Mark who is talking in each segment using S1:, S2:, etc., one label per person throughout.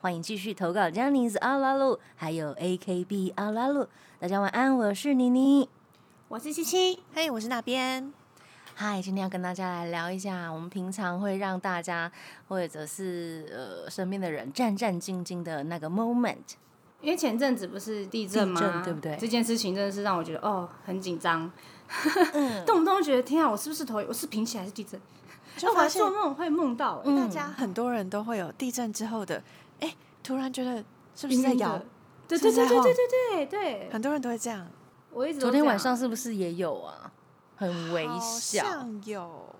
S1: 欢迎继续投稿 j a n i c e 阿拉路，还有 AKB 阿拉路。大家晚安，我是妮妮。
S2: 我是七七，
S3: 嘿我是那边。
S1: 嗨，今天要跟大家来聊一下，我们平常会让大家或者是呃身边的人战战兢兢的那个 moment。
S2: 因为前阵子不是地震吗？
S1: 地震对不对
S2: 这件事情真的是让我觉得哦，很紧张，
S1: 嗯
S2: 动不动觉得天啊，我是不是头我是平起来是地震？哎
S3: 就
S2: 我还
S3: 发现
S2: 做梦会梦到、
S1: 嗯
S2: 欸，
S3: 大家很多人都会有地震之后的，哎，突然觉得是不是在
S2: 晕晕的
S3: 摇？
S2: 对
S3: 是不
S2: 对
S3: 是在
S2: 对对
S3: 晃
S2: 对对对对，
S3: 很多人都会这样，
S2: 我一直都
S1: 昨天
S2: 这
S1: 晚
S2: 样
S1: 上是不是也有啊？很微
S3: 好
S1: 小，
S3: 像有，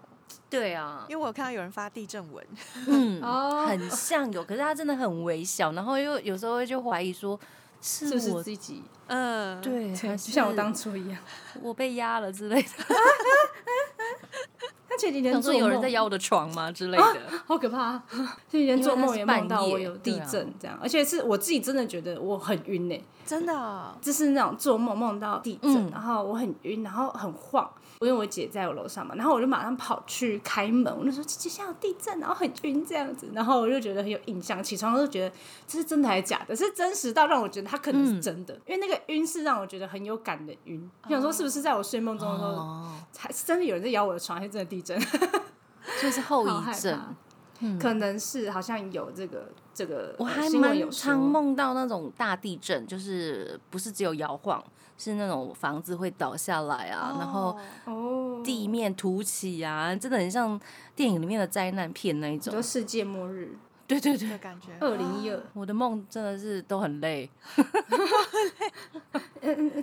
S1: 对啊
S3: 因，为我有看到有人发地震文，
S1: 嗯，
S2: 哦
S1: 很像有，可是它真的很微小，然后又有时候会就怀疑说是
S2: 是不是
S1: 我
S2: 自己？
S3: 嗯，，
S1: 对，
S2: 对，
S1: 还
S2: 就像我
S1: 是
S2: 当初一样。
S1: 我被压了之类的，
S2: 他前几天
S1: 想
S2: 做
S1: 说
S2: 梦哦
S1: 有人在压我的床吗之类的，
S2: 好可怕！ 前几天做梦也梦到我有地
S1: 因为那是半
S2: 震，这样，而且是我自己真的觉得我很晕欸呢、
S3: 真的哦，
S2: 就是那种做梦梦到地震，
S1: 嗯
S2: 然后我很晕，然后很晃。因为我姐在我楼上嘛，然后我就马上跑去开门，我就说姐姐现在有地震，然后很晕这样子，然后我就觉得很有印象，起床就觉得这是真的还是假的？是真实到让我觉得它可能
S1: 嗯
S2: 是真的，因为那个晕是让我觉得很有感的晕。我想说是不是在我睡梦中的时候，
S1: 哦，
S2: 才、是真的有人在摇我的床，还是真的地震？
S1: 就是后
S2: 好害
S1: 遗
S2: 怕
S1: 症。
S2: 可能是好像有这个这个，
S1: 嗯我
S2: 呃
S1: 还
S2: 新闻有
S1: 蛮
S2: 说
S1: 常梦到那种大地震，就是不是只有摇晃，是那种房子会倒下来啊，然后
S2: 哦，
S1: 地面凸起啊，真的很像电影里面的灾难片那一
S2: 你
S1: 种
S2: 说。世界末日
S1: 对对对，
S3: 的感觉，
S2: 二零一二，
S1: 我的梦真的是都很累，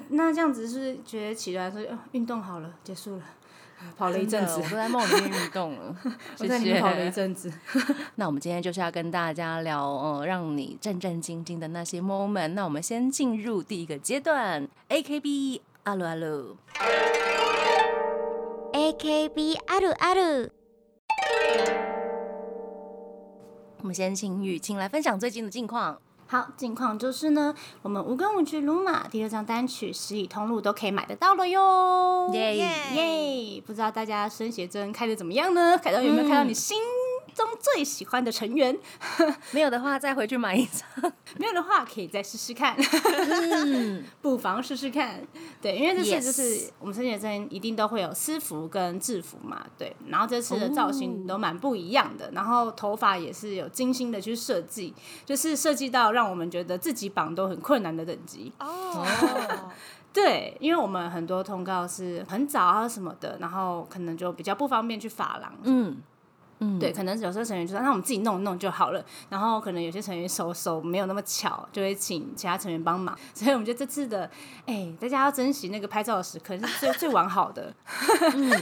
S2: 那这样子是不是觉得起来说呃运动好了，结束了， 跑了一
S1: 真
S2: 阵
S1: 的
S2: 子
S1: 我，都在梦里面运动了。
S2: 我
S1: 谢
S2: 在里面跑了一
S1: 谢。
S2: 阵子，
S1: 那我们今天就是要跟大家聊，呃，让你战战兢兢的那些 moment。那我们先进入第一个阶段，AKB 阿鲁阿鲁。
S4: AKB あるある
S1: 我们先请雨晴来分享最近的近况。
S2: 好，近况就是呢，我们无根无据鲁马第二张单曲《十里通路》都可以买得到了哟，
S1: 耶
S2: 哦耶！不知道大家升写真开的怎么样呢？凯到有没有看到你心中最喜欢的成员？
S1: 没有的话，再回去买一张。
S2: 没有的话，可以再试试看。 不妨试试看。对，因为这次
S1: Yes
S2: 就是我们升学生一定都会有私服跟制服嘛，对。然后这次的造型都蛮不一样的，然后头发也是有精心的去设计，就是设计到让我们觉得自己绑都很困难的等级。
S3: 哦，
S2: 对，因为我们很多通告是很早啊什么的，然后可能就比较不方便去发廊。
S1: 嗯嗯，
S2: 对，可能有时候成员就说，那我们自己弄一弄就好了。然后可能有些成员手手没有那么巧，就会请其他成员帮忙。 所以我们觉得这次的，哎、大家要珍惜那个拍照的时刻，是最最完好 的。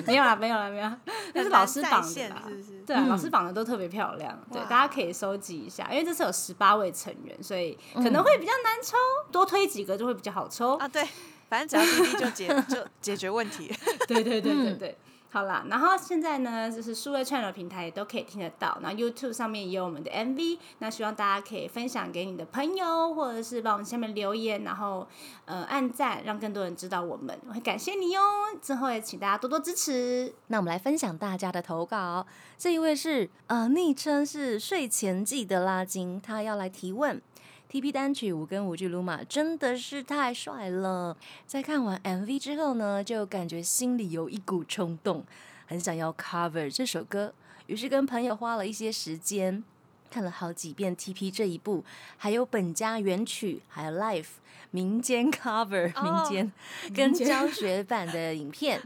S2: 没有啦，没有啦，没有啦，那是老师
S3: 嗯很难
S2: 绑
S3: 再
S2: 的
S3: 现
S2: 啦。
S3: 是不是？嗯
S2: 对啊，老师绑的都特别漂亮，对，
S3: 哇
S2: 大家可以收集一下，因为这次有十八位成员，所以可能会比较难抽，多推几个就会比较好抽。
S3: 嗯啊，对，反正只要滴滴就解就解决问题，
S2: 对对对对对。好啦，然后现在呢，就是数位串流平台也都可以听得到，那 YouTube 上面也有我们的 MV，那希望大家可以分享给你的朋友，或者是帮我们下面留言，然后呃按赞，让更多人知道我们，我会感谢你哟。之后也请大家多多支持。
S1: 那我们来分享大家的投稿。这一位是呃，昵称是睡前记得拉筋，他要来提问。TP 单曲《五根五句鲁马》真的是太帅了，在看完 MV 之后呢，就感觉心里有一股冲动，很想要 cover 这首歌，于是跟朋友花了一些时间。看了好几遍 TP 这一部，还有本家原曲，还有 Life 民间 cover 哦民间、跟教学版的影片，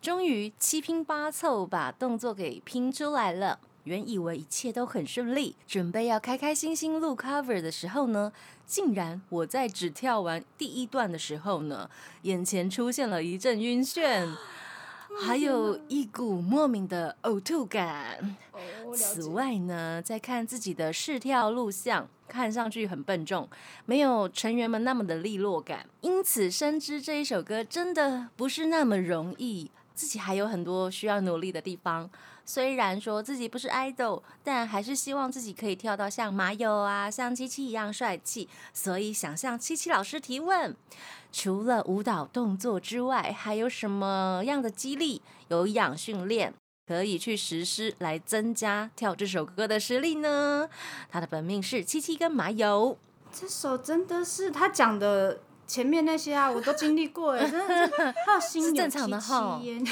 S1: 终于七拼八凑把动作给拼出来了。原以为一切都很顺利，准备要开开心心录 cover 的时候呢，竟然我在只跳完第一段的时候呢，眼前出现了一阵晕眩。还有一股莫名的呕吐感。
S2: 哦
S1: 此，外呢，在看自己的试跳录像，看上去很笨重，没有成员们那么的利落感，因此深知这一首歌真的不是那么容易，自己还有很多需要努力的地方。虽然说自己不是 idol，但还是希望自己可以跳到像马友啊、像七七一样帅气，所以想向七七老师提问：除了舞蹈动作之外，还有什么样的激励、有氧训练可以去实施来增加跳这首歌的实力呢？他的本命是七七跟麻友，
S2: 这首真的是他讲的前面那些啊，我都经历过哎，真的 是还有心
S1: 是
S2: 有
S1: 正
S2: 戚
S1: 常的 哈
S2: 戚焉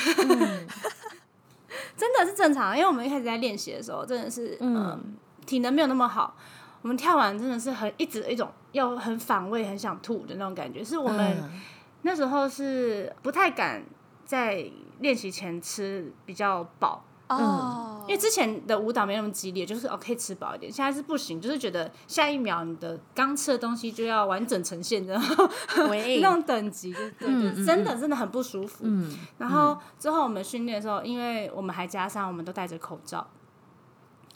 S2: 真的是正常，因为我们一开始在练习的时候，真的是嗯、呃
S1: 嗯
S2: 体能没有那么好，我们跳完真的是很一直一种要很反胃、很想吐的那种感觉，是我们、
S1: 嗯
S2: 那时候是不太敢在练习前吃比较饱，
S3: 哦，
S2: 因为之前的舞蹈没那么激烈，就是哦可以吃饱一点，现在是不行，就是觉得下一秒你的刚吃的东西就要完整呈现，然后
S1: 嗯 喂，
S2: 那种等级，就是对
S1: 哎嗯
S2: 对，
S1: 嗯
S2: 真的真的很不舒服。
S1: 嗯，
S2: 然后之后我们训练的时候，因为我们还加上我们都戴着口罩，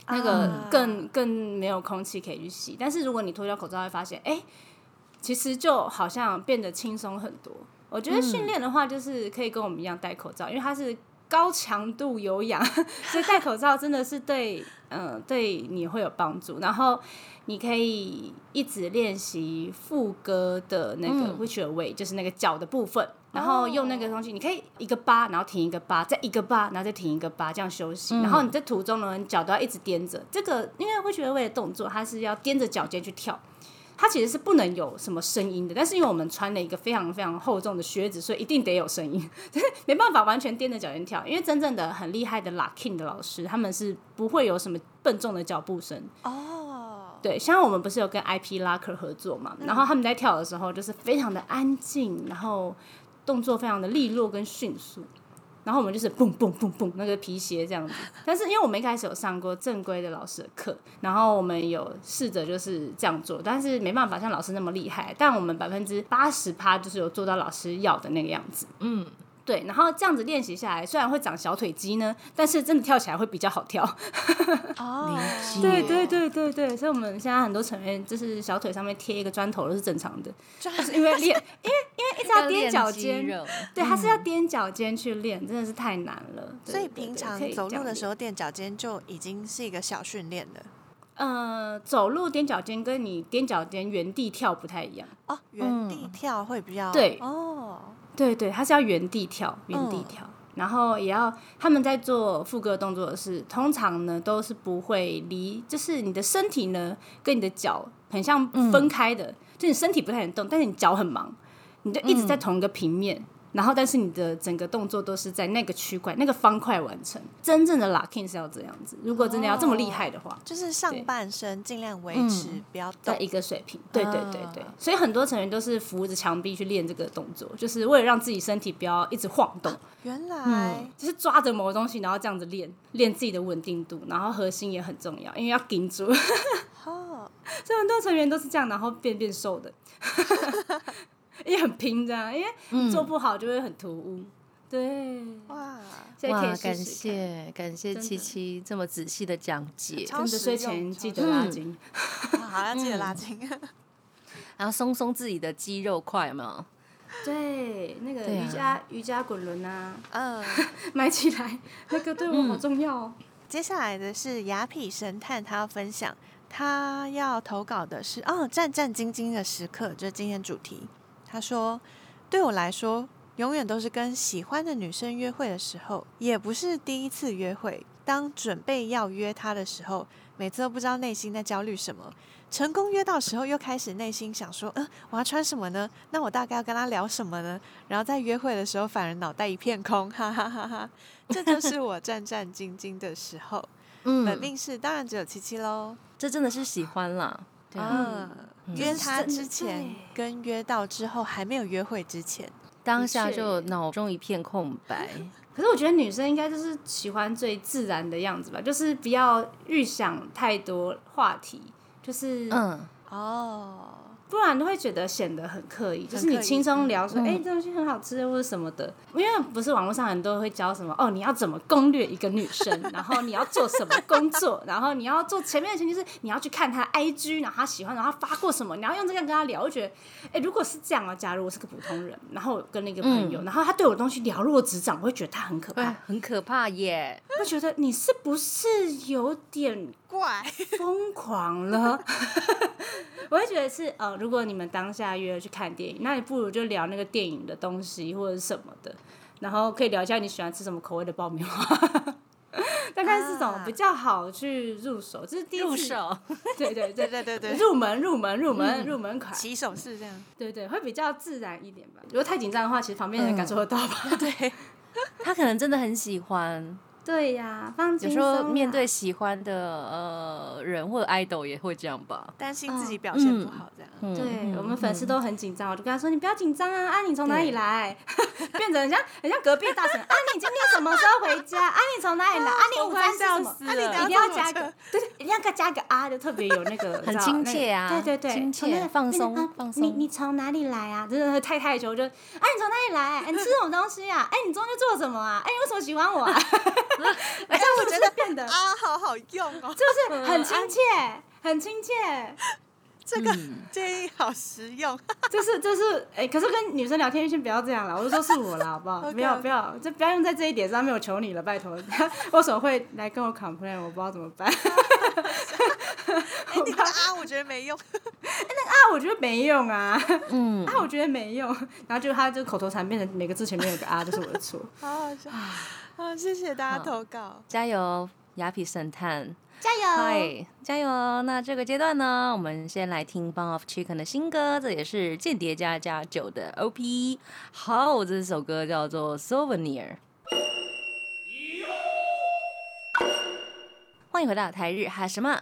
S2: 那个
S3: 啊
S2: 更更没有空气可以去吸。但是如果你脱掉口罩，会发现，哎、其实就好像变得轻松很多。我觉得训练的话，就是可以跟我们一样戴口罩，因为它是高强度有氧， 所以戴口罩真的是对，嗯、对你会有帮助。然后你可以一直练习副歌的那个
S1: 嗯
S2: which way，、就是那个脚的部分，然后用那个东西，你可以一个八，然后停一个八，再一个八，然后再停一个八，这样休息。然后你在途中呢，你脚都要一直踮着。这个因为 which way 的动作，它是要踮着脚尖去跳。它其实是不能有什么声音的，但是因为我们穿了一个非常非常厚重的靴子，所以一定得有声音， 没办法完全踮着脚尖跳。因为真正的很厉害的 locking 的老师，他们是不会有什么笨重的脚步声。
S3: 哦，
S2: 对，像我们不是有跟 IP Locker 合作嘛，然后他们在跳的时候就是非常的安静，然后动作非常的利落跟迅速。然后我们就是蹦蹦蹦蹦那个皮鞋这样子，但是因为我们一开始有上过正规的老师的课，然后我们有试着就是这样做，但是没办法像老师那么厉害，但我们百分之八十趴就是有做到老师要的那个样子，嗯，对，然后这样子练习下来，虽然会长小腿肌呢，但是真的跳起来会比较好跳，
S3: 哦，
S1: 理解
S2: 对对，对对对，所以我们现在很多成员就是小腿上面贴一个砖头都是正常的，就是因为 练，因为因为一直
S1: 要
S2: 踮
S1: 练
S2: 脚
S1: 肌
S2: 尖，
S1: 肉嗯
S2: 对，它是要踮脚尖去练，真的是太难了。对
S3: 所以
S2: 对对
S3: 平常
S2: 可以
S3: 走
S2: 这样
S3: 路的
S2: 练
S3: 时候垫脚尖就已经是一个小训练了。
S2: 呃，走路踮脚尖跟你踮脚尖原地跳不太一样，
S3: 哦，原地跳会比较、
S2: 嗯对
S3: 哦，
S2: 对对，它是要原地跳，原地
S3: 嗯
S2: 跳。然后也要他们在做副歌动作的是，通常呢都是不会离，就是你的身体呢跟你的脚很像
S3: 嗯
S2: 分开的，就你身体不太能动，但是你脚很忙，你就一直
S3: 嗯
S2: 在同一个平面，然后但是你的整个动作都是在那个区块、那个方块完成。真正的 locking 是要这样子，如果真的要这么厉害的话，
S3: 就是上半身尽量维持，不要动
S2: 在。一个水平。嗯对对对对
S3: 啊，
S2: 所以很多成员都是扶着墙壁去练这个动作，就是为了让自己身体不要一直晃 动。
S3: 原来、
S2: 就是抓着某个东西，然后这样子练，练自己的稳定度，然后核心也很重要，因为要顶住。所
S3: 哦，
S2: 以很多成员都是这样，然后变变瘦的， 也很拼这样，因为
S1: 嗯
S2: 你做不好就会很突兀。对，
S3: 哇，
S2: 所以可以
S1: 哇，
S2: 试试看
S1: 感。谢感谢
S2: 真的
S1: 七七这么仔细的讲解，
S2: 真
S3: 超
S2: 的，
S3: 实
S2: 所以
S3: 用
S2: 前记
S3: 超
S2: 得
S3: 实
S2: 拉
S1: 嗯
S2: 筋。
S3: 用好，要记得
S2: 嗯
S3: 拉筋。
S1: 然后松松自己的肌肉块嘛，
S2: 对，那个
S1: 对啊
S2: 瑜伽、瑜伽滚轮啊，
S3: 嗯，
S2: 买起来，那个对我
S1: 嗯
S2: 好重要哦。
S3: 接下来的是雅痞神探，他要分享，他要投稿的是哦，战战兢兢的时刻，就是今天主题。他说，对我来说，永远都是跟喜欢的女生约会的时候，也不是第一次约会。当准备要约她的时候，每次都不知道内心在焦虑什么。成功约到时候，又开始内心想说，嗯，我要穿什么呢？那我大概要跟她聊什么呢？然后在约会的时候，反而脑袋一片空，哈哈哈哈。这就是我战战兢兢的时候。本
S1: 嗯，
S3: 命是当然只有七七喽。
S1: 这真的是喜欢啦，对啊，
S3: 嗯，约他之前
S2: 对
S3: 跟约到之后还没有约会之前，
S1: 当下就
S2: 的确
S1: 脑中一片空 白，
S2: 可是我觉得女生应该就是喜欢最自然的样子吧，就是不要预想太多话题，就是
S1: 嗯，
S3: 哦，
S2: 不然都会觉得显得很刻意，就
S3: 很
S2: 是
S3: 刻意
S2: 你轻松聊说，
S1: 嗯
S2: 哎、这东西很好吃或者什么的，因为不是网络上很多会教什么哦，你要怎么攻略一个女生，然后你要做什么工作，然后你要做前面的前提是你要去看她的 IG，然后她喜欢，然后她发过什么，你要用这个跟她聊。我觉得，哎、如果是这样啊，假如我是个普通人，然后我跟那个朋友，然后他对我的东西了若指掌，我会觉得他很可怕，
S1: 哎，很可怕耶！
S2: 我会觉得你是不是有点
S3: 怪，
S2: 疯狂了。 我会觉得是呃，如果你们当下约去看电影，那你不如就聊那个电影的东西或者什么的，然后可以聊一下你喜欢吃什么口味的爆米花。 大概是这种
S3: 啊
S2: 比较好去入手，这是第一次
S1: 入，手，
S2: 对对
S3: 对
S2: 对嗯
S3: 对对对，
S2: 入门入门入门入门款，
S3: 起手式这样，
S2: 对对，会比较自然一点吧。如果太紧张的话，其实旁边人感受得到吧？
S3: 对，
S1: 他可能真的很喜 欢。
S2: 对呀，放
S1: 有
S2: 轻
S1: 时
S2: 松啊啦。
S1: 候面对喜欢的呃人或者 idol 也会这样吧。
S3: 担心自己
S2: 嗯
S3: 表现不
S1: 嗯
S3: 好这样，
S1: 嗯
S2: 对
S1: 嗯
S2: 我们粉丝
S1: 嗯
S2: 都很紧张，我就跟他说：“你不要紧张啊，啊你从哪里
S1: 对
S2: 来？” 变成很像很像隔壁大婶啊，你今天什么时候回家？啊，你从哪里来？啊，你午餐吃什么？
S1: 啊你
S2: 一定要加个，对对，一定要加个啊，就特别有那 个
S1: 很亲切啊
S2: 你知道那个对对对，
S1: 亲切
S2: 从那个
S1: 放
S2: 那个
S1: 松
S2: 啊
S1: 放
S2: 你
S1: 松
S2: 你从哪里来啊？真的太害羞，就啊，你从哪里来？哎你吃什么东西啊？哎，你中午做什么啊？哎，你为什么喜欢我 啊？
S1: 哎
S2: 这样是不是变得
S3: 啊，好好用哦，
S2: 就是
S1: 嗯啊
S2: 很亲切，很亲切？
S3: 这个
S1: 嗯
S3: 建议好实用，
S2: 就是就是，哎、可是跟女生聊天先不要这样了，我就说是我啦，好不好？
S3: OK，OK
S2: 不要不要，就不要用在这一点上面，我求你了，拜托。为什么会来跟我 complain？我不知道怎么办。
S3: 哎，你的啊，我觉得没用，
S2: 啊，我觉得没用啊，
S1: 嗯
S2: 啊，我觉得没用。然后就他就口头禅变成每个字前面有个啊，就是我的错。
S3: 好好笑啊！谢谢大家
S1: 好
S3: 投稿，
S1: 加油，雅痞神探，
S2: 加油！
S1: 嗨，加油！那这个阶段呢，我们先来听 Bone of Chicken 的新歌，这也是《间谍加加酒》的 OP。好，这首歌叫做《Souvenir》。欢迎回到台日哈什么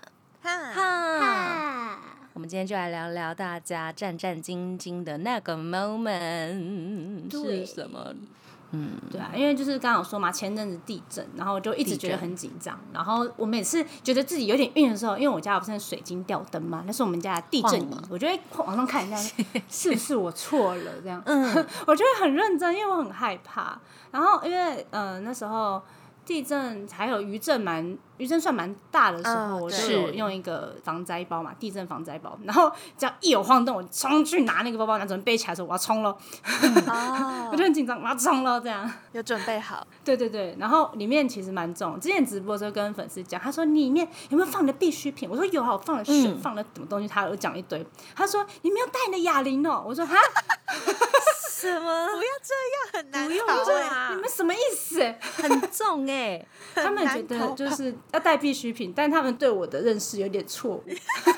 S3: 哈，
S1: 哈。
S4: 啊
S1: 我们今天就来聊聊大家战战兢兢的那个 moment 是
S2: 对
S1: 什么？ 嗯，
S2: 对啊，因为就是刚好说嘛，前阵子地震，然后我就一直觉得很紧张。然后我每次觉得自己有点晕的时候，因为我家不是水晶吊灯嘛，那是我们家的地震仪
S1: 晃了，
S2: 我就会往上看一下，是不是我错了这样。
S1: 嗯，
S2: 我就会很认真，因为我很害怕。然后因为呃那时候地震还有余震蛮余震算蛮大的时候，
S3: 嗯
S2: 我
S3: 对
S2: 就有
S1: 是
S2: 用一个防灾包嘛，地震防灾包。然后只要一有晃动，我冲去拿那个包包，然后准备背起来的时候，我要冲咯，
S3: 哦
S2: 我就很紧张，我要冲咯，这样。
S3: 有准备好，
S2: 对对对，然后里面其实蛮重。之前直播的时候跟粉丝讲，他说你里面有没有放你的必需品？我说有啊，我放了水，
S1: 嗯
S2: 放了什么东西？他有讲一堆。他说你没有带你的哑铃哦。我说哈，
S1: 什么
S3: 不要这样，很难
S2: 不用
S3: 逃
S2: 这
S3: 哎，
S2: 你们什么意思？
S1: 很重哎、
S2: 他们觉
S3: 很难
S2: 得
S3: 逃
S2: 就是要带必需品，但他们对我的认识有点错误，不
S3: 欸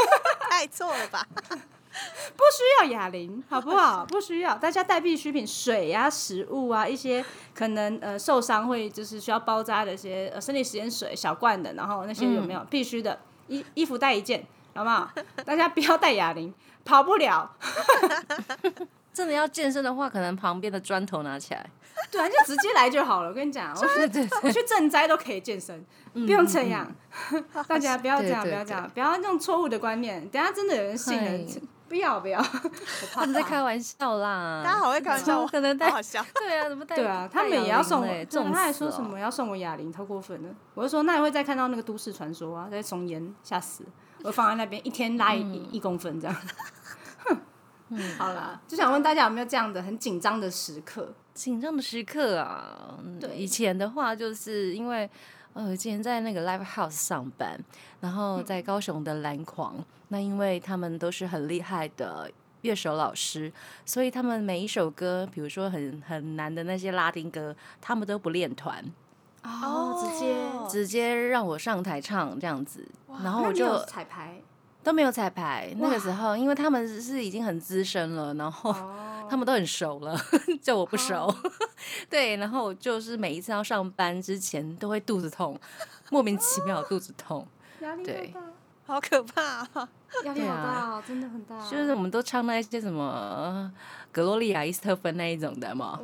S3: 太错了吧？
S2: 需要哑铃， 好不好？不需要，大家带必需品，水呀、食物啊，一些可能呃受伤会就是需要包扎的一些呃生理食盐水小罐的，然后那些有没有、必须的？衣衣服带一件，好不好？ 大家不要带哑铃，跑不了。
S1: 真的要健身的话，可能旁边的砖头拿 起来。
S2: 对啊，就直接来就好了。我跟 你讲，我
S1: 对对
S2: 我去赈灾都可以健身，不用这样。 大家不要这
S1: 嗯
S2: 样，
S1: 对对
S2: 不要这样，不要用错误的观念。等下真的有人信人
S1: 嗨，
S2: 不要不要，我怕
S1: 他们在
S2: 怕
S1: 开玩笑啦。
S3: 大家好会开玩
S1: 怎
S3: 笑，
S1: 么
S3: 我
S1: 可能带
S3: 好好笑，
S1: 对啊，怎么带？欸
S2: 对啊，他们也要送我，
S1: 这
S2: 对
S1: 种
S2: 他还说什
S1: 哦
S2: 么要送我哑铃，超过分了。我就说那你会再看到那个都市传说啊，在松烟吓死，我放在那边一天拉一、一公分这样。 哼，好啦，就想问大家有没有这样的很紧张的时刻？
S1: 紧张的时刻啊？嗯
S2: 对
S1: 以前的话就是因为。呃，以前在那个 live house 上班，然后在高雄的蓝狂，那因为他们都是很厉害的乐手老师，所以他们每一首歌，比如说很很难的那些拉丁歌，他们都不练团，
S2: 哦直接，
S1: 直接让我上台唱这样子，然后
S2: 那
S1: 我
S2: 你
S1: 就
S2: 有彩排
S1: 都没有彩排。那个
S2: 哇
S1: 时候，因为他们是已经很资深了，然后
S2: 哦
S1: 他们都很熟了， 就我不熟。 对，然后我就是每一次要上班之前都会肚子痛，莫名其妙肚子痛。
S2: 压力
S1: 对
S2: 好大。
S3: 好可怕哦！
S2: 压力
S1: 对
S2: 好
S1: 啊
S2: 大哦，真的很大。
S1: 就是我们
S2: 哦
S1: 都唱那些什么呃格洛丽亚、伊斯特芬那一种的嘛，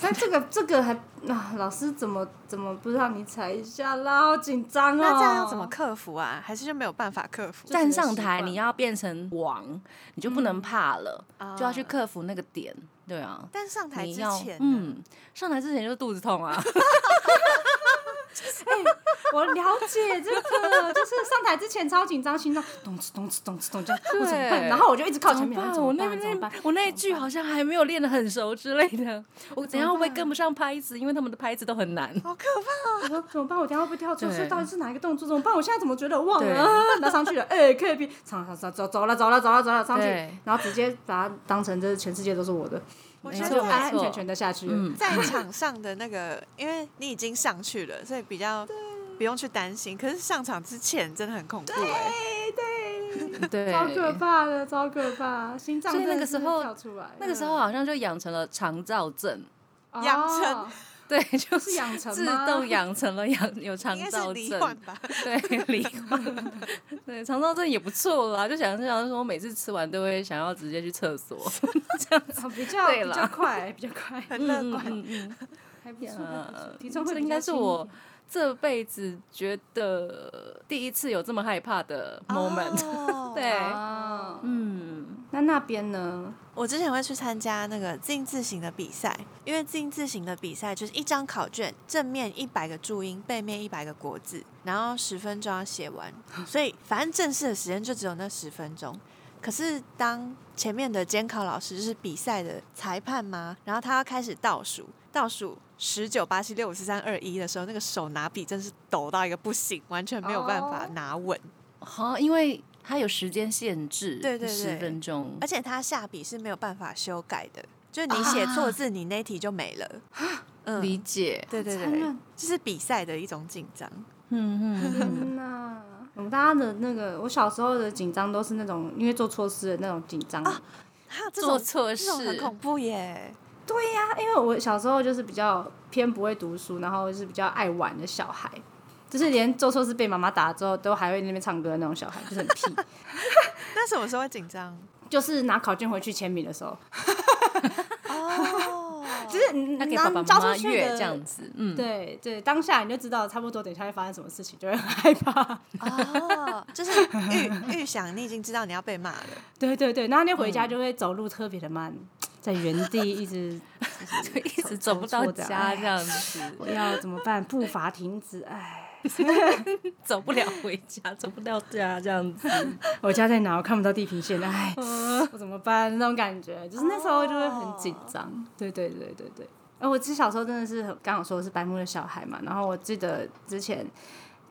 S2: 但这个这个还啊，老师怎么怎么不让你踩一下啦？好紧张哦！
S3: 那这样要怎么克服啊？还是就没有办法克服？
S1: 站
S2: 只是
S1: 上
S2: 习
S1: 台，
S2: 惯嗯
S1: 你要变成王，你就不能怕了，就
S2: 哦
S1: 要去克服那个点。对啊，
S3: 但上台
S1: 你
S3: 之
S1: 要
S3: 前，
S2: 啊
S3: 嗯，
S1: 嗯，上台之前就肚子痛啊，
S2: 我了解这个，就是上台之前超紧张，心脏咚哧咚哧咚哧咚这样，我怎么办？
S1: 对
S2: 然后我就一直靠
S1: 怎
S2: 前
S1: 么
S2: 面，
S1: 办
S2: 怎
S1: 我
S2: 么
S1: 那
S2: 办？怎么
S1: 那
S2: 办？
S1: 我那一句好像还没有练得很熟之类 的，我等一下会不会跟不上拍子？因为他们的拍子都很难。
S3: 好可怕！
S2: 我说怎么办？我等一下会不会跳出去？
S1: 对
S2: 到底是哪一个动作？怎么办？我现在怎么觉得忘
S1: 对
S2: 了？啊然后上去了，哎，K P，上上上走走了走了走了走了上去
S1: 对，
S2: 然后直接把它当成这是全世界都是我的，
S3: 我
S1: 没
S3: 觉
S2: 然
S1: 错
S2: 后就
S1: 没
S2: 安
S3: 得
S1: 错
S2: 安全全的下去了。
S1: 嗯，
S3: 在场上的那个，因为你已经上去了，所以比较不用去担心。可是上场之前真的很恐怖哎、
S1: 对，
S2: 超可怕的，超可怕！心脏
S1: 所以那
S2: 真
S1: 个
S2: 的
S1: 时
S2: 是
S1: 候
S2: 跳出来，
S1: 那个时候啊好像就养成了肠燥症，
S2: 嗯
S3: 养成
S2: 哦
S1: 对， 就是
S2: 养成
S1: 自
S2: 吗
S1: 动养成了养有 肠
S3: 应该
S1: 燥
S3: 是罹患
S1: 症，
S3: 吧？
S1: 对，罹患，对，肠燥症也不错啦。就想想说，每次吃完都会想要直接去厕所，
S2: 啊 比较
S1: 对
S2: 比
S1: 啦
S2: 较快，比较快，
S3: 很乐
S1: 嗯
S3: 观。
S1: 嗯嗯
S2: 还不错还不错
S1: 呃，
S2: 体重会
S1: 这
S2: 比
S1: 应该
S2: 较
S1: 是
S2: 轻一
S1: 我
S2: 点
S1: 这辈子觉得第一次有这么害怕的 moment，、
S3: 哦
S1: 对，
S2: 哦，
S1: 嗯，
S2: 那那边呢？
S3: 我之前会去参加那个自字型的比赛，因为自字型的比赛就是一张考卷，正面一百个注音，背面一百个国字，然后十分钟要写完，所以反正正式的时间就只有那十分钟。可是当前面的监考老师就是比赛的裁判嘛，然后他要开始倒数，倒数十九、八、七、六、五、四、三、二、一的时候，那个手拿笔真是抖到一个不行，完全没有办法
S2: 哦
S3: 拿稳。
S1: 好，因为它有时间限制，
S3: 对对对
S1: 十分钟，
S3: 而且它下笔是没有办法修改的，就是你写错字，你那题就没了。嗯，
S1: 啊理解，
S3: 对对
S2: 好残
S3: 对
S2: 忍，
S3: 就是比赛的一种紧张。
S1: 嗯嗯嗯。
S2: 天呐，我们大家的那个，我小时候的紧张都是那种因为做错事的那种紧张。
S3: 啊哈，这
S1: 做
S3: 种
S1: 错
S3: 这种很
S1: 事
S3: 恐怖耶！
S2: 对呀、因为我小时候就是比较偏不会读书，然后是比较爱玩的小孩，就是连做错事被妈妈打之后，都还会在那边唱歌的那种小孩，就是很屁。
S3: 那什么时候会紧张？
S2: 就是拿考卷回去签名的时候，
S3: 哦，
S2: 就是你
S1: 他
S2: 拿
S1: 给爸爸
S2: 交
S1: 妈
S2: 出
S1: 妈
S2: 去
S1: 阅
S2: 的
S1: 这样子，嗯，
S2: 对对，当下你就知道差不多，等一下会发生什么事情，就会很害怕。
S3: 哦， 就是预预想你已经知道你要被骂了，
S2: 对对对，然后你回家就会走路特别的慢，在原地一直
S1: 就一直走不到家这样子，
S2: 我要怎么办？步伐停止，哎，
S1: 走不了回家，走不到家这样子，
S2: 我家在哪？我看不到地平线，哎， 我怎么办？那种感觉，就是那时候就会很紧张。对对对对对。而我其实小时候真的是很，刚好说我是白目的小孩嘛，然后我记得之前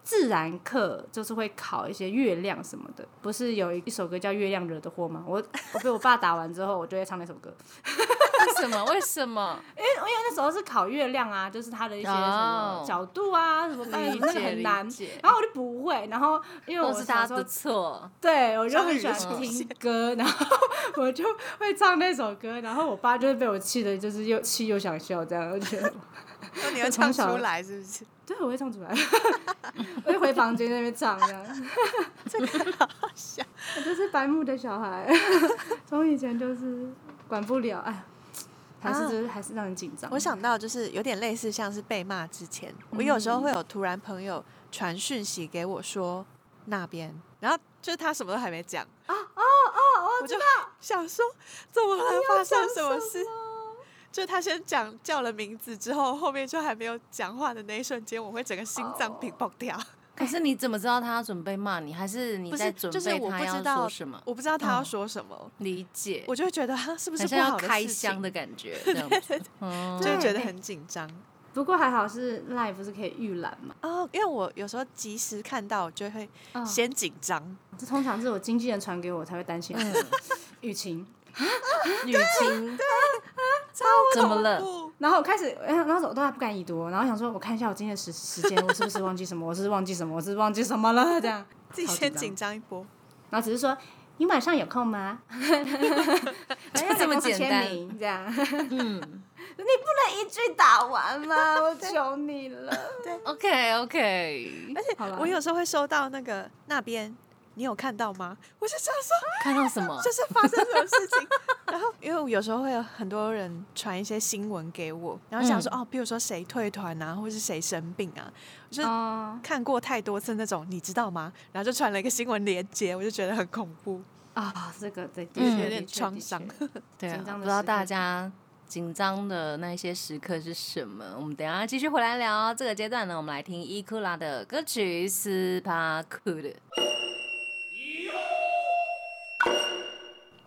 S2: 自然课就是会考一些月亮什么的，不是有一首歌叫《月亮惹的祸》吗？我 我被我爸打完之后，我就会唱那首歌。
S1: 为什么？为什么？
S2: 那时候是考月亮啊，就是它的一些什
S1: 哦
S2: 么角度啊，什么哎
S1: 理
S2: 那个
S1: 解
S2: 很难
S1: 理解，
S2: 然后我就不会，然后因为我
S1: 都是他
S2: 小时候
S1: 的错，
S2: 对，我就
S3: 终
S2: 很
S3: 于
S2: 喜欢
S3: 出
S2: 听歌， 然后我就会唱那首歌，然后我爸就是被我气的，就是又气又想笑，这样我就觉 得，
S3: 说你会唱
S2: 从小
S3: 出来是不是？
S2: 对，我会唱出来， 我就回房间那边唱 这样，
S3: 好笑，
S2: 我就是白目的小孩， 从以前就是管不了，哎，还
S1: 啊
S2: 是就是、还是让人紧张。
S3: 我想到就是有点类似，像是被骂之前，我有时候会有突然朋友传讯息给我说那边，然后就是他什么都还没讲啊哦哦，我就想说怎么了，发生什么事？就他先讲叫了名字之后，后面就还没有讲话的那一瞬间，我会整个心脏砰砰跳。
S1: 可是你怎么知道他要准备骂你，还是你
S3: 不
S1: 在
S3: 是，
S1: 准
S3: 就是
S1: 备
S3: 我
S1: 他
S3: 不知
S1: 要
S3: 道
S1: 说什么？
S3: 我不知道他要说什么，
S1: 理解，
S3: 我就会觉得他嗯是不是
S1: 好
S3: 不
S1: 像要
S3: 好的
S1: 开
S3: 事情
S1: 箱的感觉，这样子，嗯，
S3: 就会觉得
S2: 对
S3: 很紧张。
S2: 不过还好是 live 不是可以预览嘛，
S3: 哦，因为我有时候及时看到，我就会
S2: 哦
S3: 先紧张。
S2: 这通常是我经纪人传给我才会担心。 雨晴，
S1: 女亲，怎么了？
S3: 不
S2: 然后我开始，哎，那时候我都还不敢已读，然后想说，我看一下我今天的时时间，我是不是忘记什么？我是不是忘记什么？我是不是忘记什么 了？这样，
S3: 自己
S2: 超
S3: 先
S2: 紧
S3: 紧张一波。
S2: 张然后只是说，你晚上有空吗？就
S1: 这么简单
S2: 这样。 嗯，你不能一句打完吗？我求你了。
S1: ，OK OK，
S3: 而且
S2: 好啦
S3: 我有时候会收到那个那边你有看到吗？” 我就想说，
S1: 看到什 么？
S3: 就是发生什么事 情。然后，因为我有时候会有很多人传一些新闻给我，然后想说：“
S1: 嗯
S3: 哦，比如说谁退团啊，或是谁生病啊。”就是
S2: 啊
S3: 看过太多次那种，你知道吗？然后就传了一个新闻链接，我就觉得很恐怖，
S2: 啊，这个对，的
S1: 嗯
S2: 确
S3: 有点创伤。
S2: 的确的确
S1: 对啊
S2: 紧，张的
S1: 不知道
S2: 时刻
S1: 大家紧张的那些时刻是什么？我们等一下继续回来聊。这个阶段呢，我们来听伊库拉的歌曲《斯巴库的》。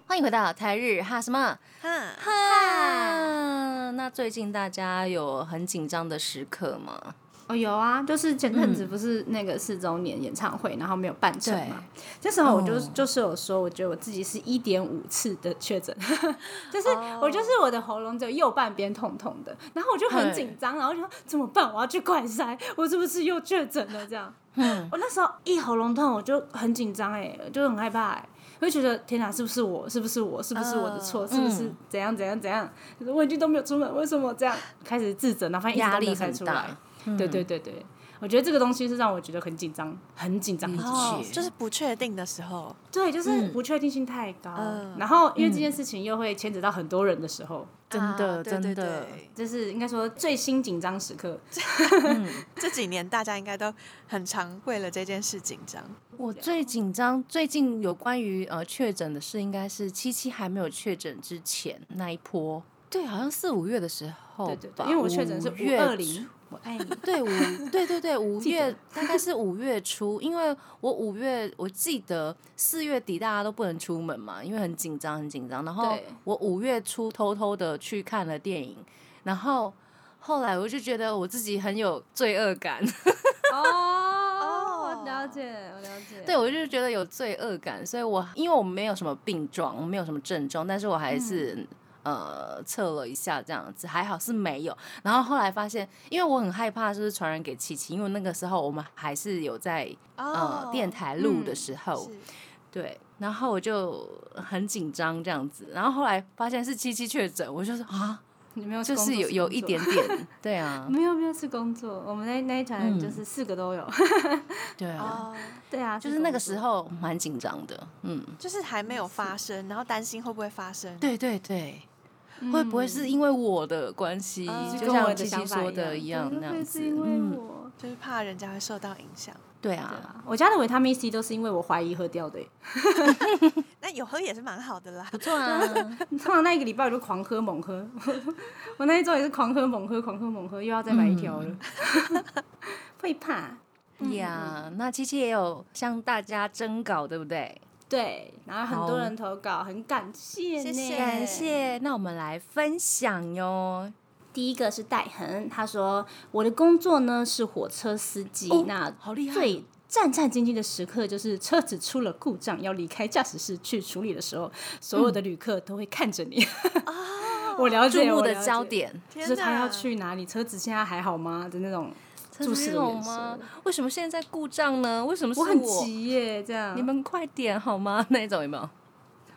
S1: 欢迎回到台日哈什么
S3: 哈，
S1: 哈？那最近大家有很紧张的时刻吗？
S2: 哦，有啊，就是前阵
S1: 嗯
S2: 子不是那个四周年演唱会，然后没有办成
S1: 对
S2: 嘛。这时候我就、
S1: 哦
S2: 就是有说，我觉得我自己是一点五次的确诊， 就是
S1: 哦
S2: 我就是我的喉咙只有右半边痛痛的，然后我就很
S1: 嘿
S2: 紧张，然后就说怎么办？我要去快筛，我是不是又确诊了？这样，
S1: 嗯
S2: 我那时候一喉咙痛，我就很紧张哎，就很害怕哎、我就觉得天哪，是不是我？是不是我？是不是我的错？是不是
S1: 嗯
S2: 怎样怎样怎样？我已经都没有出门，为什么这样？开始自责，然后发现一直
S1: 压
S2: 都没有
S1: 力
S2: 开
S1: 很
S2: 出来
S1: 大。，
S2: 对
S1: 嗯
S2: 对对对，我觉得这个东西是让我觉得很紧张，很紧张，很紧张。
S3: 哦
S1: 理解，
S3: 就是不确定的时候，
S2: 对，就是
S1: 嗯
S2: 不确定性太高，
S3: 嗯
S2: 然后因为这件事情又会牵扯到很多人的时候，
S1: 真的
S3: 啊对对
S1: 真的
S3: 对
S2: 就是应该说最新紧张时刻。
S1: 嗯
S3: 这几年大家应该都很常为了这件事紧张。
S1: 我最紧张，最近有关于呃确诊的事，应该是七七还没有确诊之前那一波。对，好像四五月的时候吧，
S2: 对对对，因为我确诊是
S1: 五
S2: 五
S1: 月
S2: 二零，我爱你。
S1: 对 五，对对对，五
S2: 记得
S1: 月大概是五月初，因为我五月我记得四月底大家都不能出门嘛，因为很紧张很紧张。然后
S2: 对
S1: 我五月初偷偷的去看了电影，然后后来我就觉得我自己很有罪恶感，
S2: 哦，我了解，我了解。
S1: 对，我就觉得有罪恶感，所以我因为我没有什么病状，我没有什么症状，但是我还是、呃测了一下这样子，还好是没有。然后后来发现，因为我很害怕就是传染给琪琪，因为那个时候我们还是有在呃电台录的
S2: 嗯
S1: 时候，
S3: 是
S1: 对，然后我就很紧张这样子，然后后来发现是七七确诊，我就说啊，
S2: 你没有
S1: 就
S2: 工
S1: 是
S2: 作
S1: 有有
S2: 工
S1: 一
S2: 作
S1: 点点，对啊，
S2: 没有没有是工作，我们那那一团
S1: 嗯
S2: 就是四个都有。
S1: 对啊，
S3: 哦，
S2: 对啊，
S1: 就是那个时
S2: 候。
S1: 候蛮紧张的，嗯，
S3: 就是还没有发生，然后担心会不会发生。，
S1: 对对对。会
S2: 嗯
S1: 不会是因为我的关系
S3: 嗯，
S1: 就
S3: 跟
S2: 哦我
S1: 像
S2: 的
S1: 七
S2: 想
S1: 七
S2: 法
S1: 说
S2: 一
S1: 的一样
S2: 对
S1: 那
S2: 会
S1: 样
S2: 不会
S1: 子
S2: 是？因为
S1: 嗯，
S2: 我，
S3: 就是怕人家会受到影响。
S1: 对
S2: 对
S1: 啊，
S2: 啊，我家的维他命 C 都是因为我怀疑喝掉的耶。
S3: 那有喝也是蛮好的啦。
S1: 不错啊，
S2: 通常那一个礼拜我就狂喝猛喝， 我那一周也是狂喝猛喝，狂喝猛喝，又要再买一条了， 会怕。
S1: 呀，那七七也有向大家征稿，对不对？
S2: 对，然后很多
S1: 好
S2: 人投稿，很感谢呢。
S3: 谢谢
S1: 感谢，那我们来分享哟。
S2: 第一个是戴恒，他说我的工作呢是火车司机，
S1: 哦
S2: 那
S1: 好厉害
S2: 最战战兢兢的时刻就是车子出了故障要离开驾驶室去处理的时候，所有的旅客都会看着你。 我了
S1: 嗯注
S2: 解，
S1: 目
S2: 我
S1: 的
S2: 了
S1: 焦
S2: 解。
S1: 点，
S2: 就
S3: 天
S2: 是他
S3: 哪
S2: 要去哪里，车子现在还好吗的那种注视的
S1: 有
S2: 眼
S1: 吗
S2: 神。？
S1: 为什么现在故障呢？为什么是
S2: 我很急耶，这样
S1: 你 们快点好吗？ 那种有没有？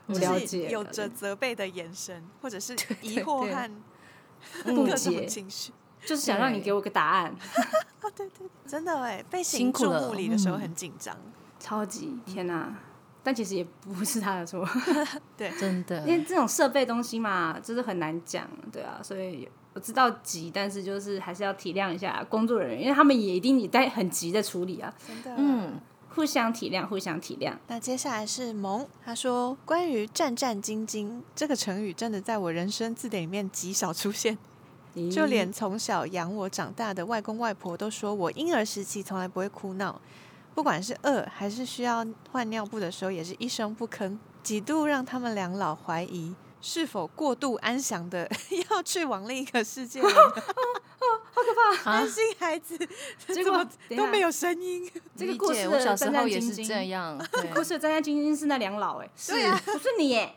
S2: 我
S3: 就是
S2: 了解
S3: 有
S2: 了
S3: 着
S2: 解
S3: 责备的眼神，或者是疑
S1: 对
S3: 惑
S2: 对
S3: 和
S2: 误
S3: 各种
S2: 解，
S3: 情绪。
S2: 就是想让你
S1: 对
S2: 给我个答案，
S3: 真的哎，被
S1: 辛
S3: 行
S1: 苦
S3: 注
S1: 了
S3: 目礼的时候
S1: 嗯
S3: 很紧张。
S2: 超级天哪、嗯但其实也不是他的错，
S1: 真 的
S2: 因为这种设备东西嘛，就是很难讲，对啊，所以我知道急，但是就是还是要体谅一下工作人员，因为他们也一定也在很急的处理啊，
S3: 真的，
S1: 嗯，
S2: 互相体谅，互相体谅。
S3: 那接下来是萌，他说关于“战战兢兢”这个成语，真的在我人生字典里面极少出现。就连从小养我长大的外公外婆都说我婴儿时期从来不会哭闹，不管是饿还是需要换尿布的时候，也是一声不吭。几度让他们两老怀疑是否过度安详的 要去往另一个世界了 呢，
S2: 哦
S1: 啊
S3: 担心孩子
S2: 结
S3: 怎
S2: 果
S3: 么都没
S2: 有
S3: 有声音。
S2: 这个
S1: 理
S2: 故
S1: 解
S2: 事
S1: 我
S2: 的
S1: 小时
S2: 战战
S1: 候也
S2: 兢
S1: 是
S2: 兢
S1: 这样， 啊对
S2: 故事的战战兢兢是那两老哎、
S1: 是
S2: 不是你耶，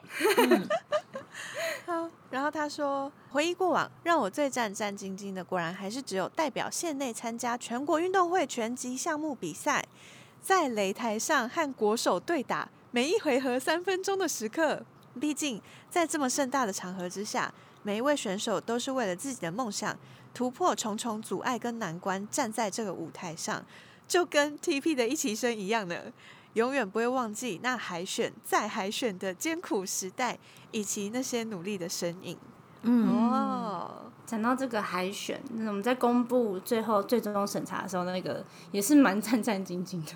S3: 好，然后他说，回忆过往，让我最战战兢兢的，果然还是只有代表县内参加全国运动会拳击项目比赛，在擂台上和国手对打，每一回合三分钟的时刻。毕竟在这么盛大的场合之下，每一位选手都是为了自己的梦想，突破重重阻碍跟难关，站在这个舞台上，就跟 TP 的一起生一样呢。永远不会忘记那海选在海选的艰苦时代，以及那些努力的身影。
S1: 嗯，
S3: 哦，
S2: 讲到这个海选，那我们在公布最后最终审查的时候，那个也是蛮战战兢兢的，